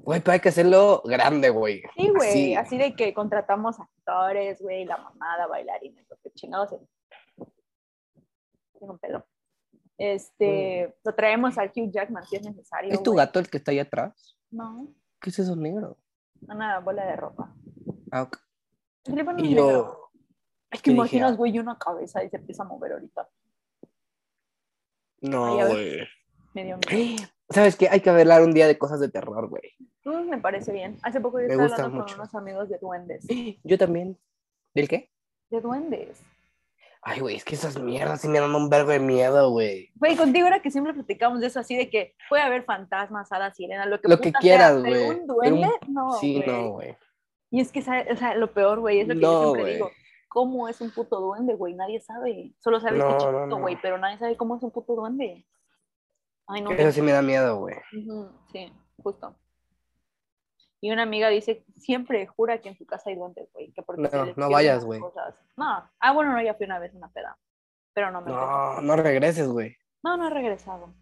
Güey, pero hay que hacerlo grande, güey. Sí, güey, Así. así. de que contratamos actores, güey, la mamada, bailarines, lo que chingados. es. Tengo un pelo. Este, lo traemos al Hugh Jackman si es necesario. Mm. ¿Es tu güey. gato el que está ahí atrás? No, ¿Qué es eso negro? Una bola de ropa. Ah, ok. Le ponen Y negro. yo, Es que Yo dije, imaginas, ah. güey, una cabeza y se empieza a mover ahorita. no, Ay, a güey. Me dio ¿Eh? miedo. ¿Sabes qué? Hay que hablar un día de cosas de terror, güey. Mm, me parece bien. Hace poco yo Me estaba gusta hablando mucho. ¿Eh? con unos amigos de duendes. Yo también. ¿Del qué? De duendes. Ay, güey, es que esas mierdas sí me dan un vergo de miedo, güey. Güey, contigo era que siempre platicamos de eso, así de que puede haber fantasmas, hadas, sirenas, lo que, Lo que puta quieras, sea, pero güey. un duende, Pero no. sí, güey. no, güey. Y es que, ¿sabe? o sea, lo peor, güey, es lo que yo No, siempre güey. digo. ¿Cómo es un puto duende, güey? Nadie sabe. Solo sabes No, que no, es chiquito, no. güey, pero nadie sabe cómo es un puto duende. Ay, no. Eso sí me da miedo, güey. Ujú, Sí, justo. Y una amiga dice, siempre jura que en su casa hay duendes, güey. que porque No, se les no pierden vayas, las güey. cosas. No. Ah, bueno, no, ya fui una vez a una peda. Pero no me acuerdo. No, no regreses, güey. No, no he regresado.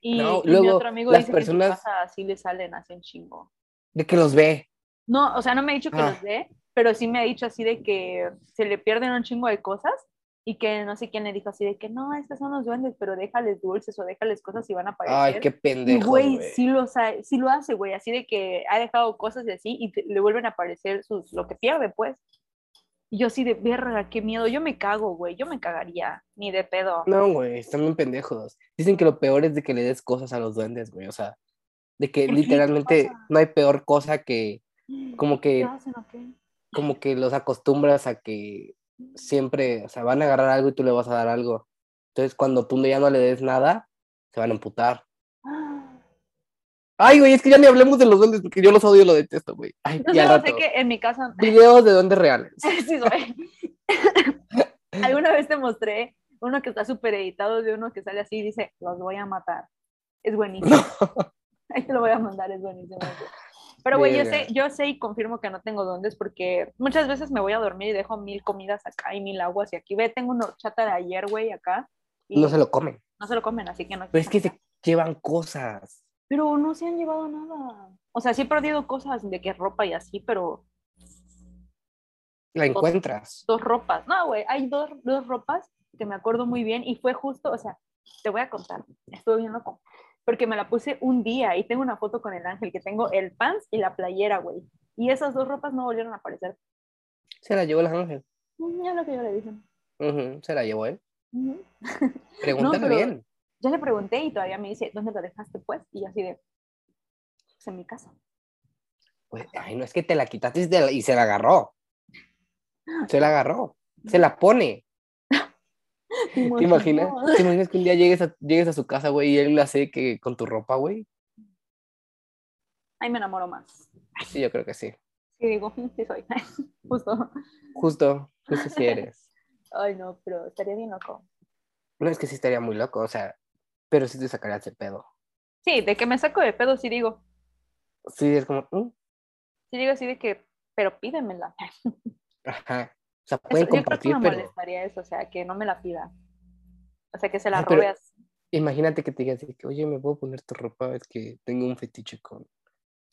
Y, No, y mi luego, otro amigo las dice personas- que en su casa así le salen así un chingo. De que los ve. No, o sea, no me ha dicho que Ah. los dé, pero sí me ha dicho así de que se le pierden un chingo de cosas y que no sé quién le dijo así de que no, estos son los duendes, pero déjales dulces o déjales cosas y van a aparecer. Ay, qué Y pendejo, güey, güey. sí lo, sa- sí lo hace, güey, así de que ha dejado cosas y así y te- le vuelven a aparecer sus, lo que pierde, pues. Y yo así de verga, qué miedo, yo me cago, güey, yo me cagaría, ni de pedo. No, güey, están bien pendejos. Dicen que lo peor es de que le des cosas a los duendes, güey. O sea, de que qué? ¿Qué literalmente pasa? no hay peor cosa que como ¿Qué que hacen o qué? como que los acostumbras a que siempre, o sea, van a agarrar algo y tú le vas a dar algo. Entonces, cuando tú ya no le des nada, se van a amputar. Ah. Ay, güey, es que ya ni hablemos de los duendes porque yo los odio y lo detesto, güey. Ay, Yo ya solo rato. sé que en mi casa. Videos de duendes reales. Sí, soy. Alguna vez te mostré uno que está súper editado de uno que sale así y dice: Los voy a matar. Es buenísimo. Ahí te lo voy a mandar, es buenísimo. Pero, güey, yo sé, Verga. yo sé y confirmo que no tengo dónde porque muchas veces me voy a dormir y dejo mil comidas acá y mil aguas y aquí. Ve, tengo una horchata de ayer, güey, acá. Y No se lo comen. no se lo comen, así que no. Pero es que se llevan cosas. Pero no se han llevado nada. O sea, sí he perdido cosas de que ropa y así, pero La encuentras. dos ropas. No, güey, hay dos, dos ropas que me acuerdo muy bien y fue justo, o sea, te voy a contar, estuve bien loco, porque me la puse un día y tengo una foto con el ángel que tengo el pants y la playera, güey. Y esas dos ropas no volvieron a aparecer. Se la llevó el ángel. Mm, Ya lo que yo le dije. Ujú, se la llevó él. Ujú. Pregúntale pero- bien. Ya le pregunté y todavía me dice, ¿dónde la dejaste pues? Y yo así de, pues en mi casa. Pues, ay, no es que te la quitaste y, te la- y se la agarró. Se la agarró. Se la pone. ¿Te imaginas? ¿Te imaginas que un día llegues a, llegues a su casa, güey, y él la hace que con tu ropa, güey? Ahí me enamoro más. Sí, yo creo que sí. Y digo, "Mm, sí soy. Justo. Justo, justo si eres. Ay, no, pero estaría bien loco. No es que sí estaría muy loco, o sea, pero sí te sacarías de pedo. Sí, de que me saco de pedo, sí digo, Sí, es como, mm, Sí, digo así de que, pero pídemela. ajá. O sea, pueden Eso- yo creo que Ah, compartir, me pero molestaría eso, o sea, que no me la pida. O sea, que se la Ay, Ah, pero- robe así. imagínate que te digas, de que, oye, ¿me puedo poner tu ropa? Es que tengo un fetiche con,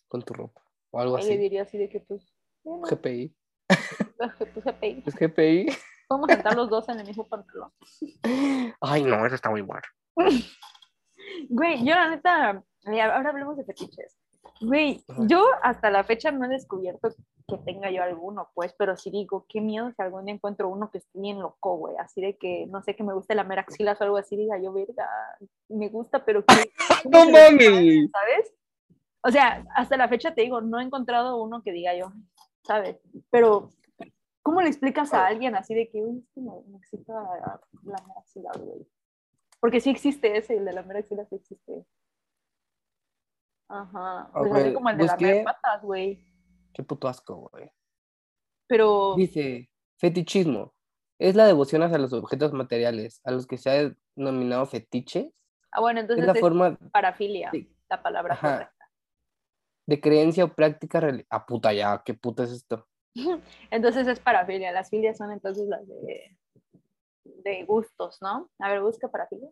con tu ropa. O algo Y le así. diría así de que, pues, bueno, GPI. pues, GPI. Es GPI. Podemos sentar los dos en el mismo pantalón. Ay, no, eso está muy bueno. Güey, yo la neta, eh, ahora hablemos de fetiches. Güey, Ajá. yo hasta la fecha no he descubierto que tenga yo alguno, pues, pero sí digo, qué miedo si algún día encuentro uno que esté bien loco, güey. Así de que, no sé, que me guste la mera axilas o algo así, diga yo, verga, me gusta, pero que. No mames, güey. ¿sabes? O sea, hasta la fecha te digo, no he encontrado uno que diga yo, ¿sabes? Pero, ¿cómo le explicas Oh. a alguien así de que, uy, es que me, me excita la, la mera axila, güey? Porque sí existe ese, el de la mera axila sí existe. Ajá, pues Ok, así como el de busqué- la mera patas, güey. Qué puto asco, güey. Pero, Dice, fetichismo. Es la devoción hacia los objetos materiales, a los que se ha denominado fetiche. ah, bueno, entonces es la es forma parafilia, Sí. la palabra Ajá. correcta. de creencia o práctica religiosa. Ah, puta ya, ¿qué puta es esto? Entonces es parafilia, las filias son entonces las de, de gustos, ¿no? A ver, busca parafilia.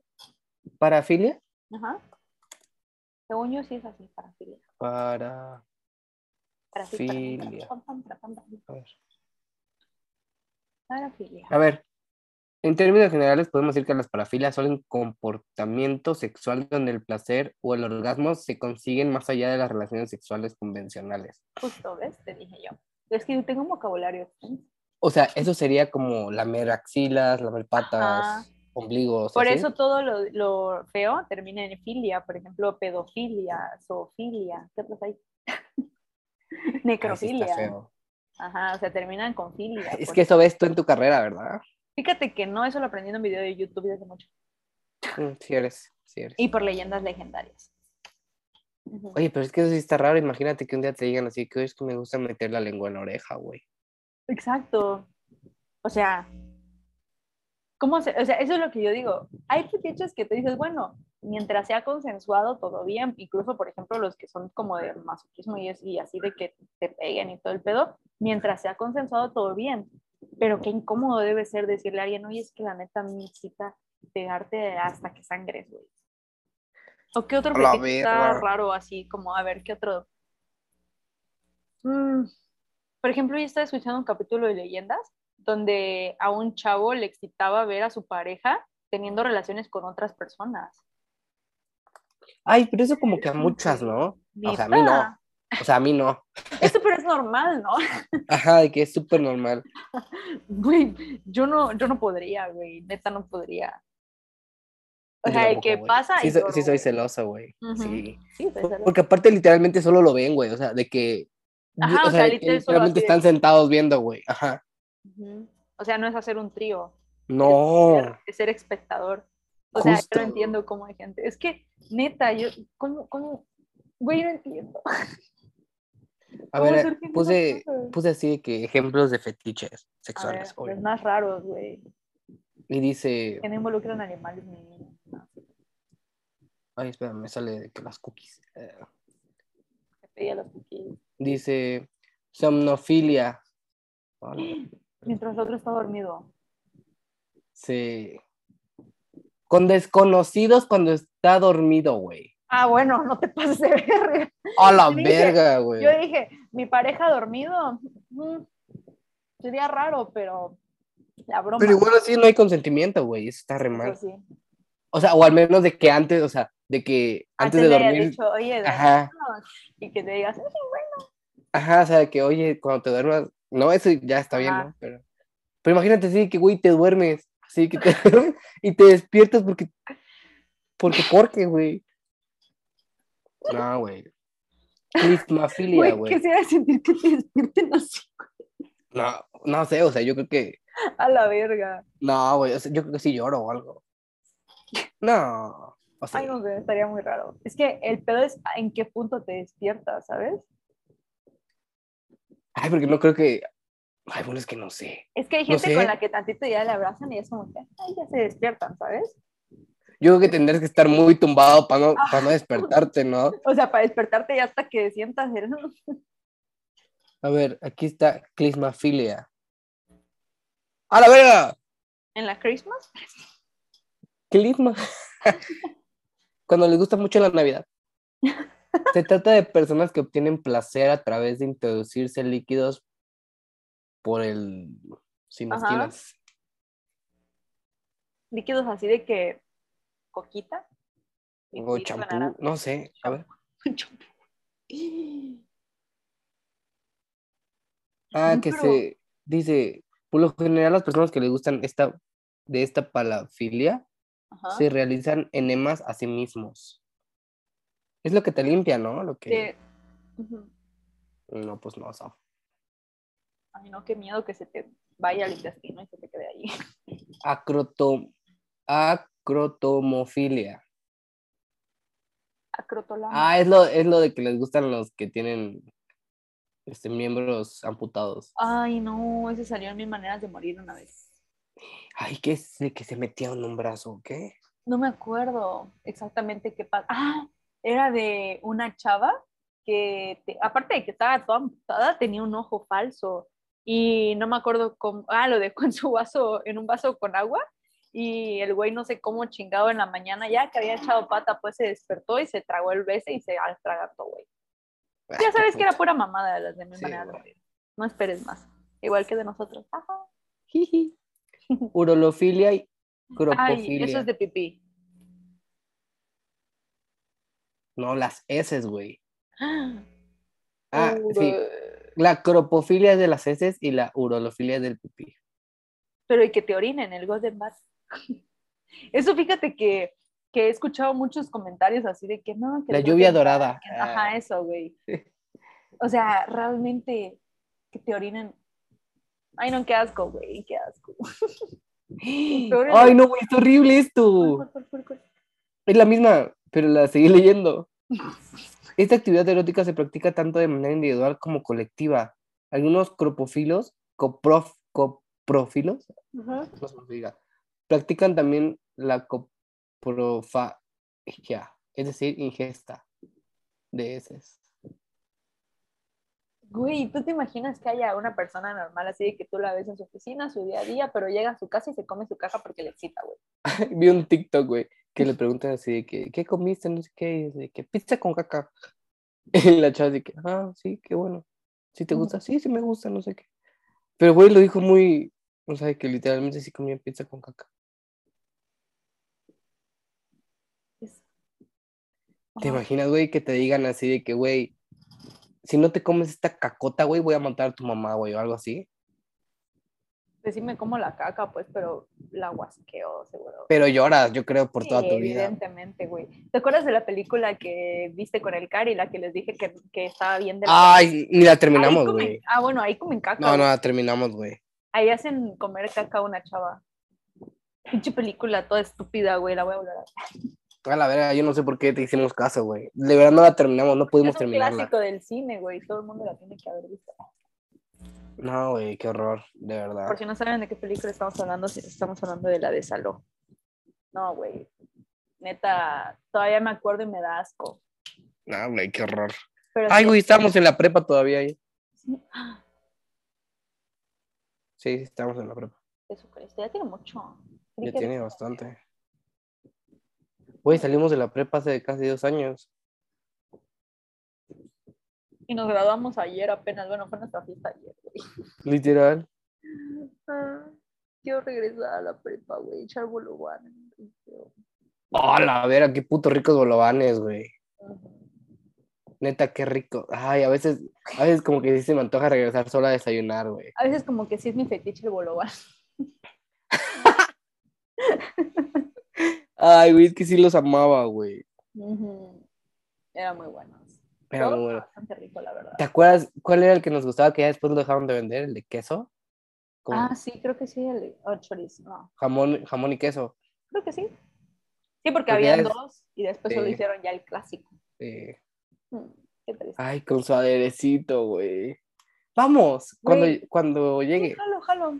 ¿Parafilia? Ajá. Según yo sí es así, parafilia. Para. Parafilia. Filia. Parafilia. A ver. Parafilia. A ver, En términos generales, podemos decir que las parafilias son un comportamiento sexual donde el placer o el orgasmo se consiguen más allá de las relaciones sexuales convencionales. Justo, ¿ves? Te dije yo. Es que yo tengo un vocabulario. ¿sí? O sea, eso sería como lamer axilas, lamer patas, Ajá. ombligos. Por así. eso todo lo, lo feo termina en filia, por ejemplo, pedofilia, zoofilia, ¿qué otros hay? Ay, sí Ah, está Necrofilia. feo. Ajá, o sea, terminan con filia. Es por- que eso ves tú en tu carrera, ¿verdad? Fíjate que no, eso lo aprendí en un video de YouTube desde hace mucho. Mm, Sí eres, sí eres. Y por leyendas legendarias. Ujú. Oye, pero es que eso sí está raro. Imagínate que un día te digan así que "Oye, es que me gusta meter la lengua en la oreja, güey. Exacto. O sea, ¿cómo se, o sea, eso es lo que yo digo. Hay fetiches que te dices, bueno, mientras sea consensuado, todo bien. Incluso, por ejemplo, los que son como de masoquismo y, es, y así de que te peguen y todo el pedo, mientras sea consensuado, todo bien. Pero qué incómodo debe ser decirle a alguien, oye, es que la neta me excita pegarte hasta que sangres, güey. ¿O qué otro A la fetiche está verga. raro así? Como, a ver, ¿qué otro? Mm, Por ejemplo, yo estaba escuchando un capítulo de leyendas donde a un chavo le excitaba ver a su pareja teniendo relaciones con otras personas. Ay, pero eso como que a muchas, ¿no? O sea, a mí no. Neta. O sea, a mí no. Eso pero es normal, ¿no? Ajá, de que es súper normal. Güey, yo no, yo no podría, güey. Neta no podría. O Yo sea, de tampoco, que güey. pasa Sí, y soy, lloro, sí soy güey. celoso, güey. Ujú. Sí. Sí, pues, a la- Porque aparte literalmente solo lo ven, güey. O sea, de que... Ajá, o sea, de que literal solo literalmente así de- están sentados viendo, güey. Ajá. Ujú. O sea, no es hacer un trío. No. ser- de ser espectador. O sea, yo Justo. no entiendo cómo hay gente. Es que, neta, yo, ¿cómo, cómo? Güey, no entiendo. A ¿Cómo ver, surgen esas puse, cosas? puse así de que ejemplos de fetiches A ver, sexuales. obvio. los más raros, güey. Y dice... Que no involucran animales ni niños. No, Ay, espera, me sale de que las cookies. Eh, se pedía los cookies. dice... Somnofilia. Hola. Mientras el otro está dormido. Sí. Con desconocidos cuando está dormido, güey. Ah, bueno, no te pases de verga. A la Yo dije- verga, güey. Yo dije, mi pareja dormido. mm, sería raro, pero la broma. Pero igual así no hay consentimiento, güey. Eso está re eso mal. sí. O sea, o al menos de que antes, o sea, de que antes, de le haya dormir. dicho, oye, Ajá, duernos", y que te digas, ajá, o sea, de que oye, cuando te duermas. No, eso ya está bien, Ajá. ¿no? Pero, pero imagínate, sí, que güey, te duermes. Sí, que te duermes y te despiertas porque. Porque, porque, güey. No, güey. Clismafilia, Güey, güey. quisiera sentir que te despierten así No, no sé, o sea, yo creo que. a la verga. No, güey, o sea, yo creo que sí lloro o algo. No, o sea, Ay, no sé, estaría muy raro. Es que el pedo es en qué punto te despiertas, ¿sabes? ay, porque no creo que. Ay, bueno, es que no sé. Es que hay No gente sé. con la que tantito ya le abrazan y es como que, ay, ya se despiertan, ¿sabes? Yo creo que tendrías que estar muy tumbado para no, pa' no despertarte, ¿no? O sea, para despertarte ya hasta que sientas el... A ver, aquí está clismafilia. ¡A la verga! en la Christmas. Clisma. Cuando les gusta mucho la Navidad. Se trata de personas que obtienen placer a través de introducirse líquidos por el. sin Ajá. esquinas. Líquidos así de que coquita. y O jugo de champú, naranja. no sé. A ver. Champú. Ah, No, que Mm, pero- se dice, por lo general las personas que les gustan esta, de esta palafilia Ajá. se realizan enemas a sí mismos. Es lo que te limpia, ¿no? Lo que... De- Ujú. No, pues no, o sea, Ay, no, qué miedo que se te vaya al intestino y se te quede ahí. acroto- Acrotomofilia. Acrotolamo. Ah, es lo, es lo de que les gustan los que tienen este, miembros amputados. Ay, no, ese salió en mis maneras de morir una vez. Ay, ¿qué es de que se metieron un brazo? o ¿Qué? No me acuerdo exactamente qué pasa. Ah, era de una chava que, te- aparte de que estaba toda amputada, tenía un ojo falso. Y no me acuerdo cómo. Ah, lo dejó en su vaso, en un vaso con agua. Y el güey, no sé cómo chingado en la mañana, ya que había echado pata, pues se despertó y se tragó el beso y se atragantó, güey. Ya sabes que era pura mamada de las de mi Sí, manera de güey. morir. No esperes más. Igual que de nosotros. Ajá. Jiji. Urolofilia y Ay, cropofilia. eso es de pipí. No, las heces, güey. Ah, Ah, sí. uro- La cropofilia es de las heces y la urolofilia es del pipí. Pero y que te orinen el Golden Bath. Eso fíjate que, que he escuchado muchos comentarios así de que no, que La el lluvia Golden Bath, dorada. que- Ajá, Ah, eso, güey. O sea, realmente que te orinen. Ay, no, qué asco, güey, qué asco. peor es- Ay, no, güey, es horrible esto. Cor, cor, cor, cor. Es la misma, pero la seguí leyendo. Esta actividad erótica se practica tanto de manera individual como colectiva. Algunos cropofilos, coprof, coprófilos, Ajá. no sé cómo se diga, practican también la coprofagia, es decir, ingesta de heces. Güey, ¿tú te imaginas que haya una persona normal así de que tú la ves en su oficina, su día a día, pero llega a su casa y se come su caja porque le excita, güey? Vi un TikTok, güey, que le preguntan así de que, ¿qué comiste? No sé qué, y dice que pizza con caca. Y la chava dice que, ah, sí, qué bueno. ¿Sí te gusta? Sí, sí me gusta, no sé qué. Pero, güey, lo dijo muy, o sea, que literalmente sí comía pizza con caca. Es- ¿Te Ay, imaginas, güey, que te digan así de que, güey, si no te comes esta cacota, güey, voy a matar a tu mamá, güey, o algo así? Pues sí me como la caca, pues, pero la guasqueo, seguro. Pero lloras, yo creo, por toda Sí, tu vida. Evidentemente, güey. ¿Te acuerdas de la película que viste con el Cari, la que les dije que, que estaba bien de la... Ay, ni la Ahí terminamos, comen- güey. Ah, bueno, ahí comen caca. No, no, güey. la terminamos, güey. Ahí hacen comer caca a una chava. Pinche película toda estúpida, güey, la voy a volver a ver. A la verga, yo no sé por qué te hicimos caso, güey. De verdad no la terminamos, no pudimos Es un terminarla. clásico del cine, güey, todo el mundo la tiene que haber visto. No, güey, qué horror, de verdad. Por si no saben de qué película estamos hablando, si- estamos hablando de la de Saló. No, güey. Neta, todavía me acuerdo y me da asco. No, güey, qué horror. Pero Ay, sí- güey, estábamos en la prepa todavía. ¿eh? ahí. sí. ¡Ah! Sí, sí, estábamos en la prepa. Jesucristo, ya tiene mucho. Creí Ya que- tiene bastante. Güey, salimos de la prepa hace casi dos años. Y nos graduamos ayer apenas. Bueno, fue nuestra fiesta ayer, güey. Literal. Ah, Quiero regresar a la prepa, güey. Echar bolobán. en el liceo. Oh, la verga, qué puto ricos bolovanes, güey. Ujú. Neta, qué rico. Ay, a veces, a veces como que sí se me antoja regresar sola a desayunar, güey. A veces como que sí es mi fetiche el bolobán. Ay, güey, es que sí los amaba, güey. Ujú. Era muy bueno. Era muy bueno. Bastante rico, la verdad. ¿Te acuerdas cuál era el que nos gustaba que ya después lo dejaron de vender? ¿El de queso? Con Ah, sí, creo que sí, el o el chorizo. No, jamón, jamón y queso. creo que sí. Sí, porque Porque había es- dos y después solo Sí. hicieron ya el clásico. Eh, Mm, qué triste. Ay, con su aderecito, güey. Vamos, cuando, Güey. cuando Sí, llegue. jalo, jalo.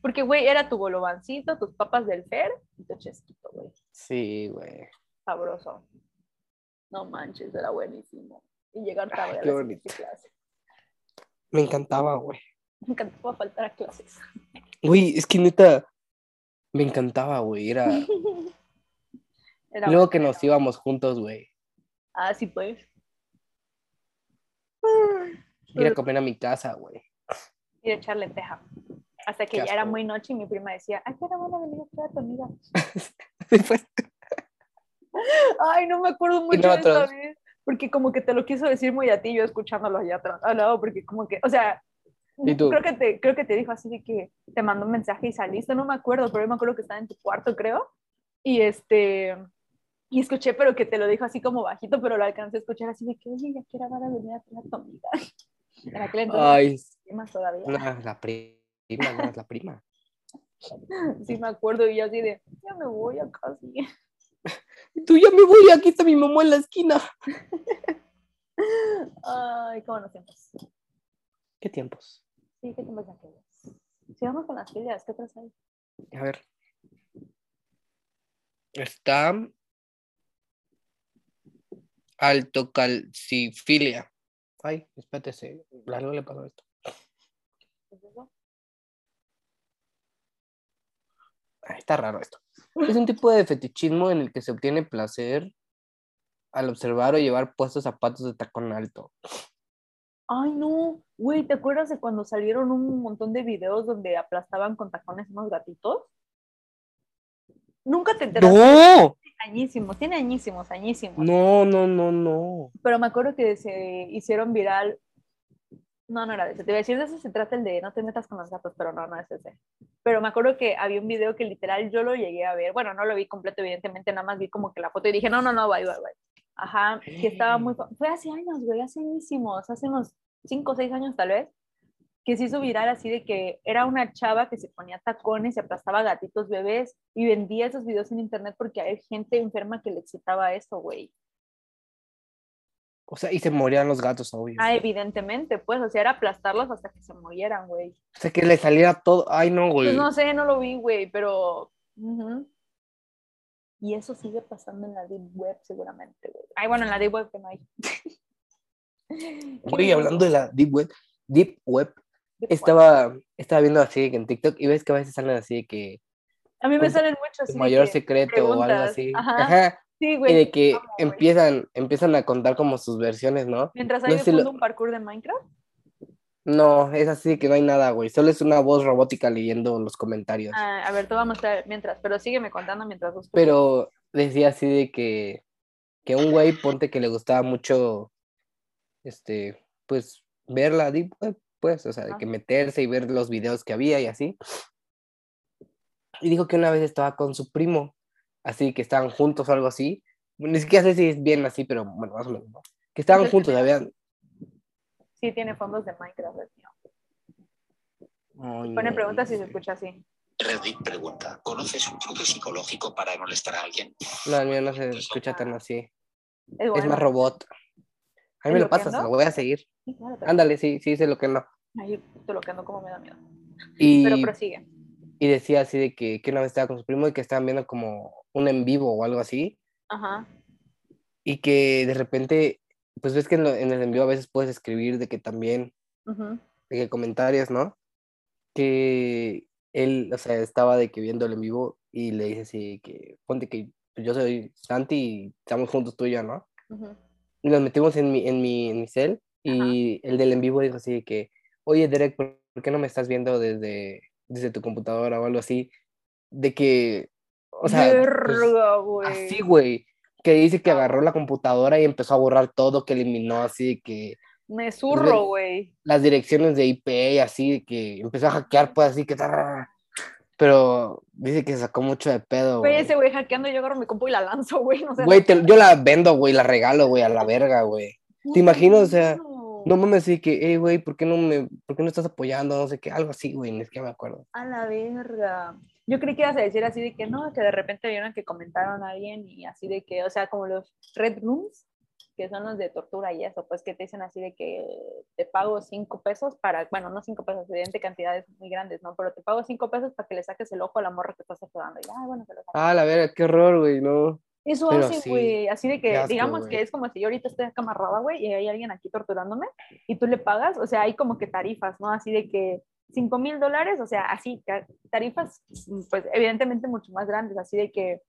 Porque, güey, era tu bolobancito, tus papas del Fer y tu chesquito, güey. Sí, güey. Sabroso. No manches, era buenísimo. Y llegar tarde qué a la bonito. siguiente clase. Me encantaba, güey. Nunca te puedo faltar a clases. Güey, es que neta, me encantaba, güey. Era... Ah. Era Luego bueno. que nos íbamos juntos, güey. Ah, sí, pues. Ir a comer a mi casa, güey. Ir a echar lenteja. Hasta que Qué ya era asco. muy noche y mi prima decía, ay, qué hora van a venir a traer a tu amiga. Después, Ay, no me acuerdo mucho de esta nosotros. vez. Porque como que te lo quiso decir muy a ti, yo escuchándolo allá atrás, al lado, porque como que, o sea, ¿Y tú? creo que te, creo que te dijo así de que te mandó un mensaje y saliste, no me acuerdo, pero yo me acuerdo que estaba en tu cuarto, creo. Y este, y escuché, pero que te lo dijo así como bajito, pero lo alcancé a escuchar así de que, oye, ya quiero ahora venir a traer a tu amiga. En aquel entonces, ay, más todavía. no, la prima, no, es la prima. Sí, me acuerdo, y yo así de, ya me voy a casi. Tú ya me voy, aquí está mi mamá en la esquina. Ay, cómo nos sentimos. ¿Qué tiempos? Sí, qué tiempos aquellos. Sigamos con las peleas, ¿qué otras hay? A ver. Está altocalcifilia. Ay, espérate, se- algo le pasó a esto. ¿Qué es eso? Ay, Ah, está raro esto. Es un tipo de fetichismo en el que se obtiene placer al observar o llevar puestos zapatos de tacón alto. Ay, no, güey, ¿te acuerdas de cuando salieron un montón de videos donde aplastaban con tacones unos gatitos? Nunca te enteraste. ¡No! Añísimos, tiene añísimos, añísimos. No, no, no, no. Pero me acuerdo que se hicieron viral. No, no era de ese. Te iba a decir de ese se trata el de no te metas con los gatos, pero no, no es ese. Pero me acuerdo que había un video que literal yo lo llegué a ver. Bueno, no lo vi completo, evidentemente, nada más vi como que la foto y dije, no, no, no, bye, bye, bye. Ajá, que estaba muy. fa- Fue hace años, güey, hace añísimos, hace unos 5 o 6 años tal vez, que se hizo viral así de que era una chava que se ponía tacones y aplastaba gatitos bebés y vendía esos videos en internet porque hay gente enferma que le excitaba eso, güey. O sea, y se morían los gatos, obvio. Ah, evidentemente, pues, o sea, era aplastarlos hasta que se murieran, güey. O sea, que le saliera todo. Ay, no, güey. Pues no sé, no lo vi, güey, pero. ujú. Y eso sigue pasando en la Deep Web, seguramente, güey. Ay, bueno, en la Deep Web que no hay. Güey, hablando de la Deep Web, Deep Web, Deep Web. estaba, estaba viendo así que en TikTok y ves que a veces salen así de que A mí me Pues, salen muchos. tu así de mayor que- secreto o algo preguntas, así. ajá. Sí, güey. Y de que amo, güey. empiezan, empiezan a contar como sus versiones, ¿no? Mientras hay no de sé lo- fondo un parkour de Minecraft. No, es así que no hay nada, güey. Solo es una voz robótica leyendo los comentarios. Ah, a ver, te voy a mostrar mientras, pero sígueme contando mientras busco. Pero decía así de que, que un güey, ponte que le gustaba mucho, este, pues, ver la Deep Web, pues, o sea, de Ajá. que meterse y ver los videos que había y así. Y dijo que una vez estaba con su primo, así que estaban juntos o algo así. Ni siquiera sé si es bien así, pero bueno, más o menos, ¿no? Que estaban Entonces, juntos, habían... Sí, tiene fondos de Minecraft, el mío. Ay, Pone no, preguntas y se no. escucha así. Reddit pregunta, ¿conoces un truco psicológico para molestar a alguien? No, el mío no se escucha tan así. Es, Es Ah. bueno. más robot. A mí me ¿Y lo lo que pasas, no? lo voy a seguir. Sí, claro, pero- Ándale, sí, sí, sé lo que no. Ay, yo te lo quedo como me da miedo. Y, Pero prosigue. y decía así de que, que una vez estaba con su primo y que estaban viendo como un en vivo o algo así. Ajá. Y que de repente, pues ves que en, lo- en el en vivo a veces puedes escribir de que también, ujú. de que comentarios, ¿no? Que él, o sea, estaba de que viendo el en vivo y le dice así que, ponte que yo soy Santi y estamos juntos tú y yo, ¿no? Ujú. y nos metimos en mi, en mi, en mi cel y el del en vivo dijo así de que, oye Derek, ¿por, por qué no me estás viendo desde, desde tu computadora o algo así? De que, o sea, pues, Verga, güey. así, güey, que dice que agarró la computadora y empezó a borrar todo, que eliminó así de que Me zurro, güey. las direcciones de IP y así, de que empezó a hackear, pues así que... tarara. Pero dice que se sacó mucho de pedo. Güey, Güey, ese güey hackeando, yo agarro mi compu y la lanzo, güey. No sé. Güey, te- yo la vendo, güey, la regalo, güey, a la verga, güey. ¿te imaginas? O sea, No mames, sí que, hey, güey, ¿por qué no me, por qué no estás apoyando? No sé qué, algo así, güey, ni siquiera me acuerdo. A la verga. Yo creí que ibas a decir así de que no, que de repente vieron que comentaron a alguien y así de que, o sea, como los Red Rooms, que son los de tortura y eso, pues que te dicen así de que te pago cinco pesos para, bueno, no cinco pesos, evidente cantidades muy grandes, ¿no? Pero te pago cinco pesos para que le saques el ojo a la morra que estás ayudando. Y, ah, bueno, que lo saques. Ah, la verga, qué horror, güey, no. Eso Pero hace, sí. güey, así de que, Qué asco, digamos que güey. es como si yo ahorita estoy acamarrada, güey, y hay alguien aquí torturándome, y tú le pagas, o sea, hay como que tarifas, ¿no? Así de que 5 mil dólares, o sea, así, ca- tarifas, pues evidentemente mucho más grandes, así de que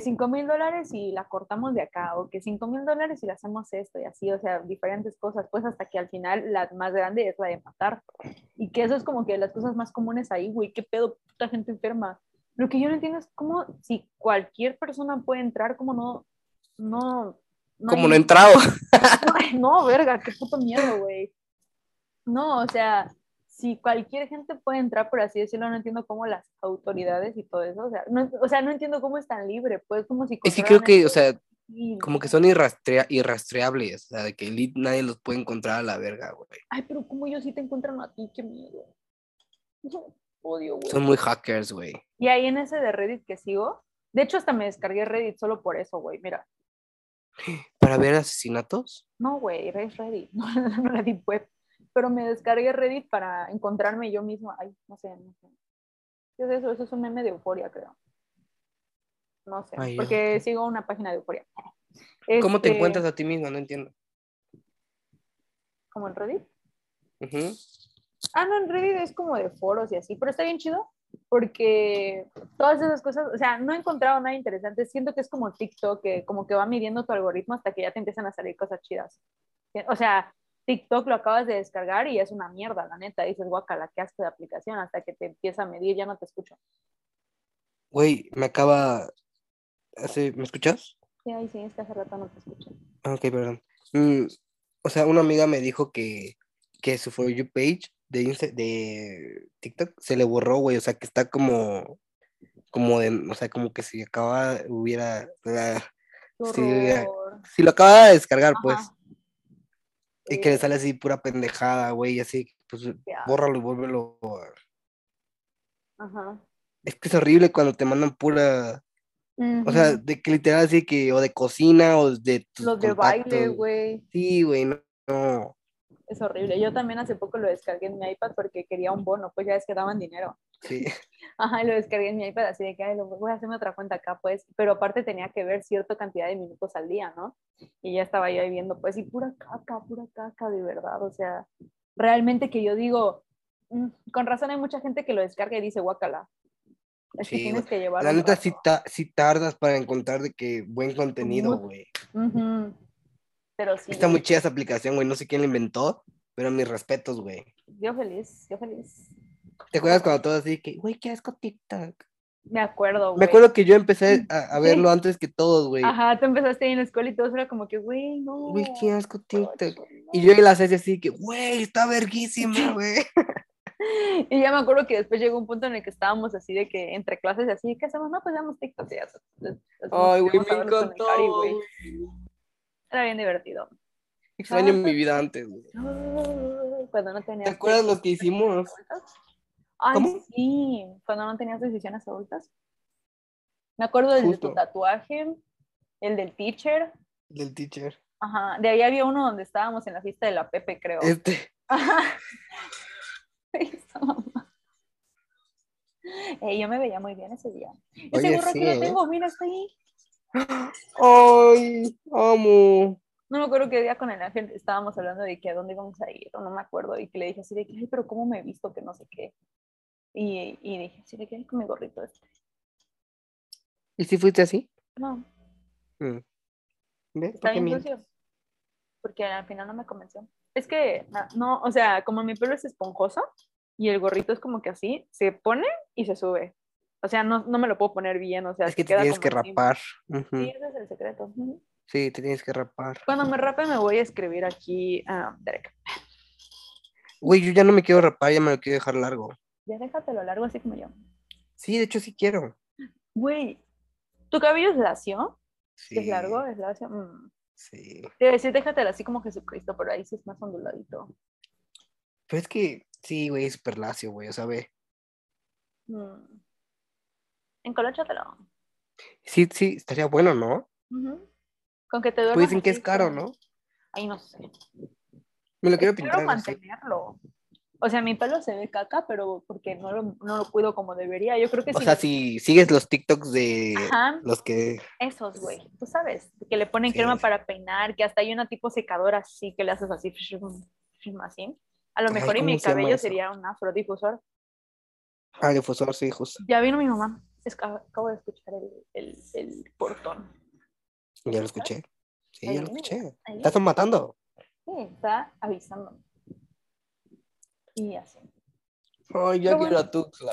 5 eh, mil dólares y la cortamos de acá, o que 5 mil dólares y le hacemos esto, y así, o sea, diferentes cosas, pues hasta que al final la más grande es la de matar. Y que eso es como que las cosas más comunes ahí, güey, qué pedo, puta gente enferma. Lo que yo no entiendo es cómo, si cualquier persona puede entrar, cómo no, no, no Como hay- no he entrado. no, verga, qué puto miedo, güey. No, o sea, si cualquier gente puede entrar, por así decirlo, no entiendo cómo las autoridades y todo eso, o sea, no, o sea, no entiendo cómo es tan libre, pues como si... Es que creo que, o controlan sea, el- como que son irrastrea- irrastreables, o sea, de que lit- nadie los puede encontrar a la verga, güey. Ay, pero como yo sí te encuentran a ti, qué miedo. Odio, güey. Son muy hackers, güey. Y ahí en ese de Reddit que sigo, de hecho hasta me descargué Reddit solo por eso, güey, mira. ¿Para ver asesinatos? No, güey, es Reddit, no, no la Deep Web. Pero me descargué Reddit para encontrarme yo misma. Ay, no sé, no sé. ¿Qué es eso? Eso es un meme de euforia, creo. No sé, Ay, porque sigo una página de euforia. ¿Cómo te Este, encuentras a ti mismo? No entiendo. ¿Como en Reddit? Ujú. Ah, no, en Reddit es como de foros y así, pero está bien chido porque todas esas cosas, o sea, no he encontrado nada interesante. Siento que es como TikTok, que como que va midiendo tu algoritmo hasta que ya te empiezan a salir cosas chidas. O sea, TikTok lo acabas de descargar y es una mierda, la neta. Dices, guacala, qué asco de aplicación, hasta que te empieza a medir, ya no te escucho. Güey, me acaba... hace- ¿Me escuchas? Sí, ahí sí, es que hace rato no te escucho. Ah, Ok, perdón. Mm, o sea, una amiga me dijo que, que su For You page de, Insta- de TikTok se le borró, güey. O sea, que está como, como de, o sea, como que si acaba, hubiera, la- Qué Sí, ya. horror. si lo acaba de descargar, Ajá. pues, y que le Sí, sale así pura pendejada, güey, y así, pues, qué asco. bórralo y vuélvelo. a- Ajá. Es que es horrible cuando te mandan pura, o sea, Ujú. de que literal así que, o de cocina, o de tus los de baile, contactos. güey. Sí, güey, no, no. Es horrible. Yo también hace poco lo descargué en mi iPad porque quería un bono, pues ya es que daban dinero. sí. Ajá, y lo descargué en mi iPad así de que "Ay, lo voy a hacerme otra cuenta acá, pues. Pero aparte tenía que ver cierta cantidad de minutos al día, ¿no? Y ya estaba yo ahí viendo, pues, y pura caca, pura caca, de verdad. O sea, realmente que yo digo, mm, con razón hay mucha gente que lo descarga y dice, guácala. Es que Sí, tienes que llevar. La un neta rato". sí, ta- sí tardas para encontrar de que buen contenido, Ujú. güey. Ujú. Pero sí. Está muy chida esa aplicación, güey. No sé quién la inventó, pero mis respetos, güey. Yo feliz, yo feliz. ¿Te acuerdas cuando todo así que, güey, qué asco TikTok? Me acuerdo, Me güey. acuerdo que yo empecé a, a Sí. verlo antes que todos, güey. Ajá, tú empezaste ahí en la escuela y todo eso era como que, güey, no. Güey, qué asco TikTok. ocho, Y no. yo en las hacía así que, güey, está verguísima, güey. Y ya me acuerdo que después llegó un punto en el que estábamos así de que entre clases y así, ¿qué hacemos? No, pues veamos TikTok. y ya se- se- se- Ay, güey, vamos me a verlo con el encantó. Cari, güey. güey. Era bien divertido. Extraño mi vida antes, güey. Cuando no tenías. ¿Te acuerdas los que hicimos? Ay, ¿Cómo? sí, cuando no tenías decisiones adultas. Me acuerdo del de tu Justo. tatuaje, el del teacher. Del teacher. Ajá, de ahí había uno donde estábamos en la fiesta de la Pepe, creo. Este. Ajá. Esa mamá. Eh, yo me veía muy bien ese día. Ese Oye, gorro sí, que ¿eh? lo tengo, mira, está ahí. Ay, amo. No me acuerdo qué día con el ángel estábamos hablando de que a dónde íbamos a ir, o no me acuerdo, y que le dije así de que, ay, pero cómo me he visto, que no sé qué. Y, y dije así de que, ay, con mi gorrito este. ¿Y si fuiste así? No, ¿Ves? está ¿Por qué bien mientes? sucio. Porque al final no me convenció. Es que, na- no, o sea, como mi pelo es esponjoso y el gorrito es como que así, se pone y se sube. O sea, no, no me lo puedo poner bien, o sea, Es que te queda tienes que como así. rapar. Ujú. Sí, ese es el secreto. Ujú. Sí, te tienes que rapar. Cuando me rape me voy a escribir aquí a Derek. Güey, yo ya no me quiero rapar, ya me lo quiero dejar largo. Ya déjatelo largo así como yo. Sí, de hecho sí quiero. Güey, ¿tu cabello es lacio? Sí, ¿Es largo? ¿Es lacio? Mm. Sí. Te iba a decir, déjatelo así como Jesucristo, pero ahí sí es más onduladito. Pero es que, sí, güey, es súper lacio, güey, o sea, ve. Mm. Encolóchatelo. Sí, sí, estaría bueno, ¿no? Ujú. Con que te duermas. Pues dicen que así, es caro, sí. ¿no? Ay, no sé. Me lo quiero Espero pintar. así. mantenerlo. O sea, mi pelo se ve caca, pero porque no lo, no lo cuido como debería. Yo creo que O si sea, lo- si sigues los TikToks de Ajá. los que... Esos, güey, tú sabes, que le ponen Sí. crema para peinar, que hasta hay una tipo secadora así que le haces así, así. A lo Ay, mejor y mi ¿cómo se llama cabello eso? sería un afrodifusor. Ah, difusor, sí, justo. Ya vino mi mamá. Es que acabo de escuchar el, el, el portón. Ya lo escuché. Sí, ya Ahí lo viene, escuché. Ahí ¿Te están matando? sí, está avisando. Y así. Ay, Pero ya bueno. quiero a Tuxla.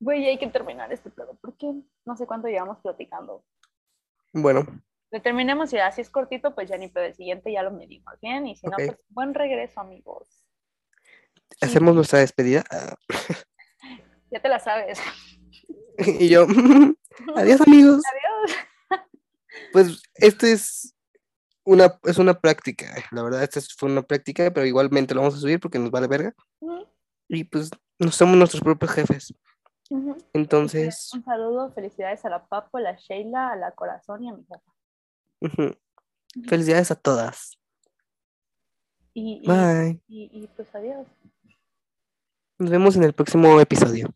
Güey, hay que terminar este pedo porque no sé cuánto llevamos platicando. Bueno, Lo terminemos y así es cortito, pues ya ni pedo. El siguiente ya lo medimos bien. Y si Ok. no, pues buen regreso, amigos. hacemos nuestra despedida. Ah, Ya te la sabes. Y yo, adiós, amigos. Adiós. Pues esto es una, es una práctica, eh, la verdad, esta es- fue una práctica, pero igualmente lo vamos a subir porque nos vale verga. Ujú, Y pues no somos nuestros propios jefes. ujú. Entonces, Un saludo, felicidades a la Papo, a la Sheila, a la Corazón y a mi papá. ujú. felicidades a todas. Y, y- Bye. y- y, pues adiós. Nos vemos en el próximo episodio.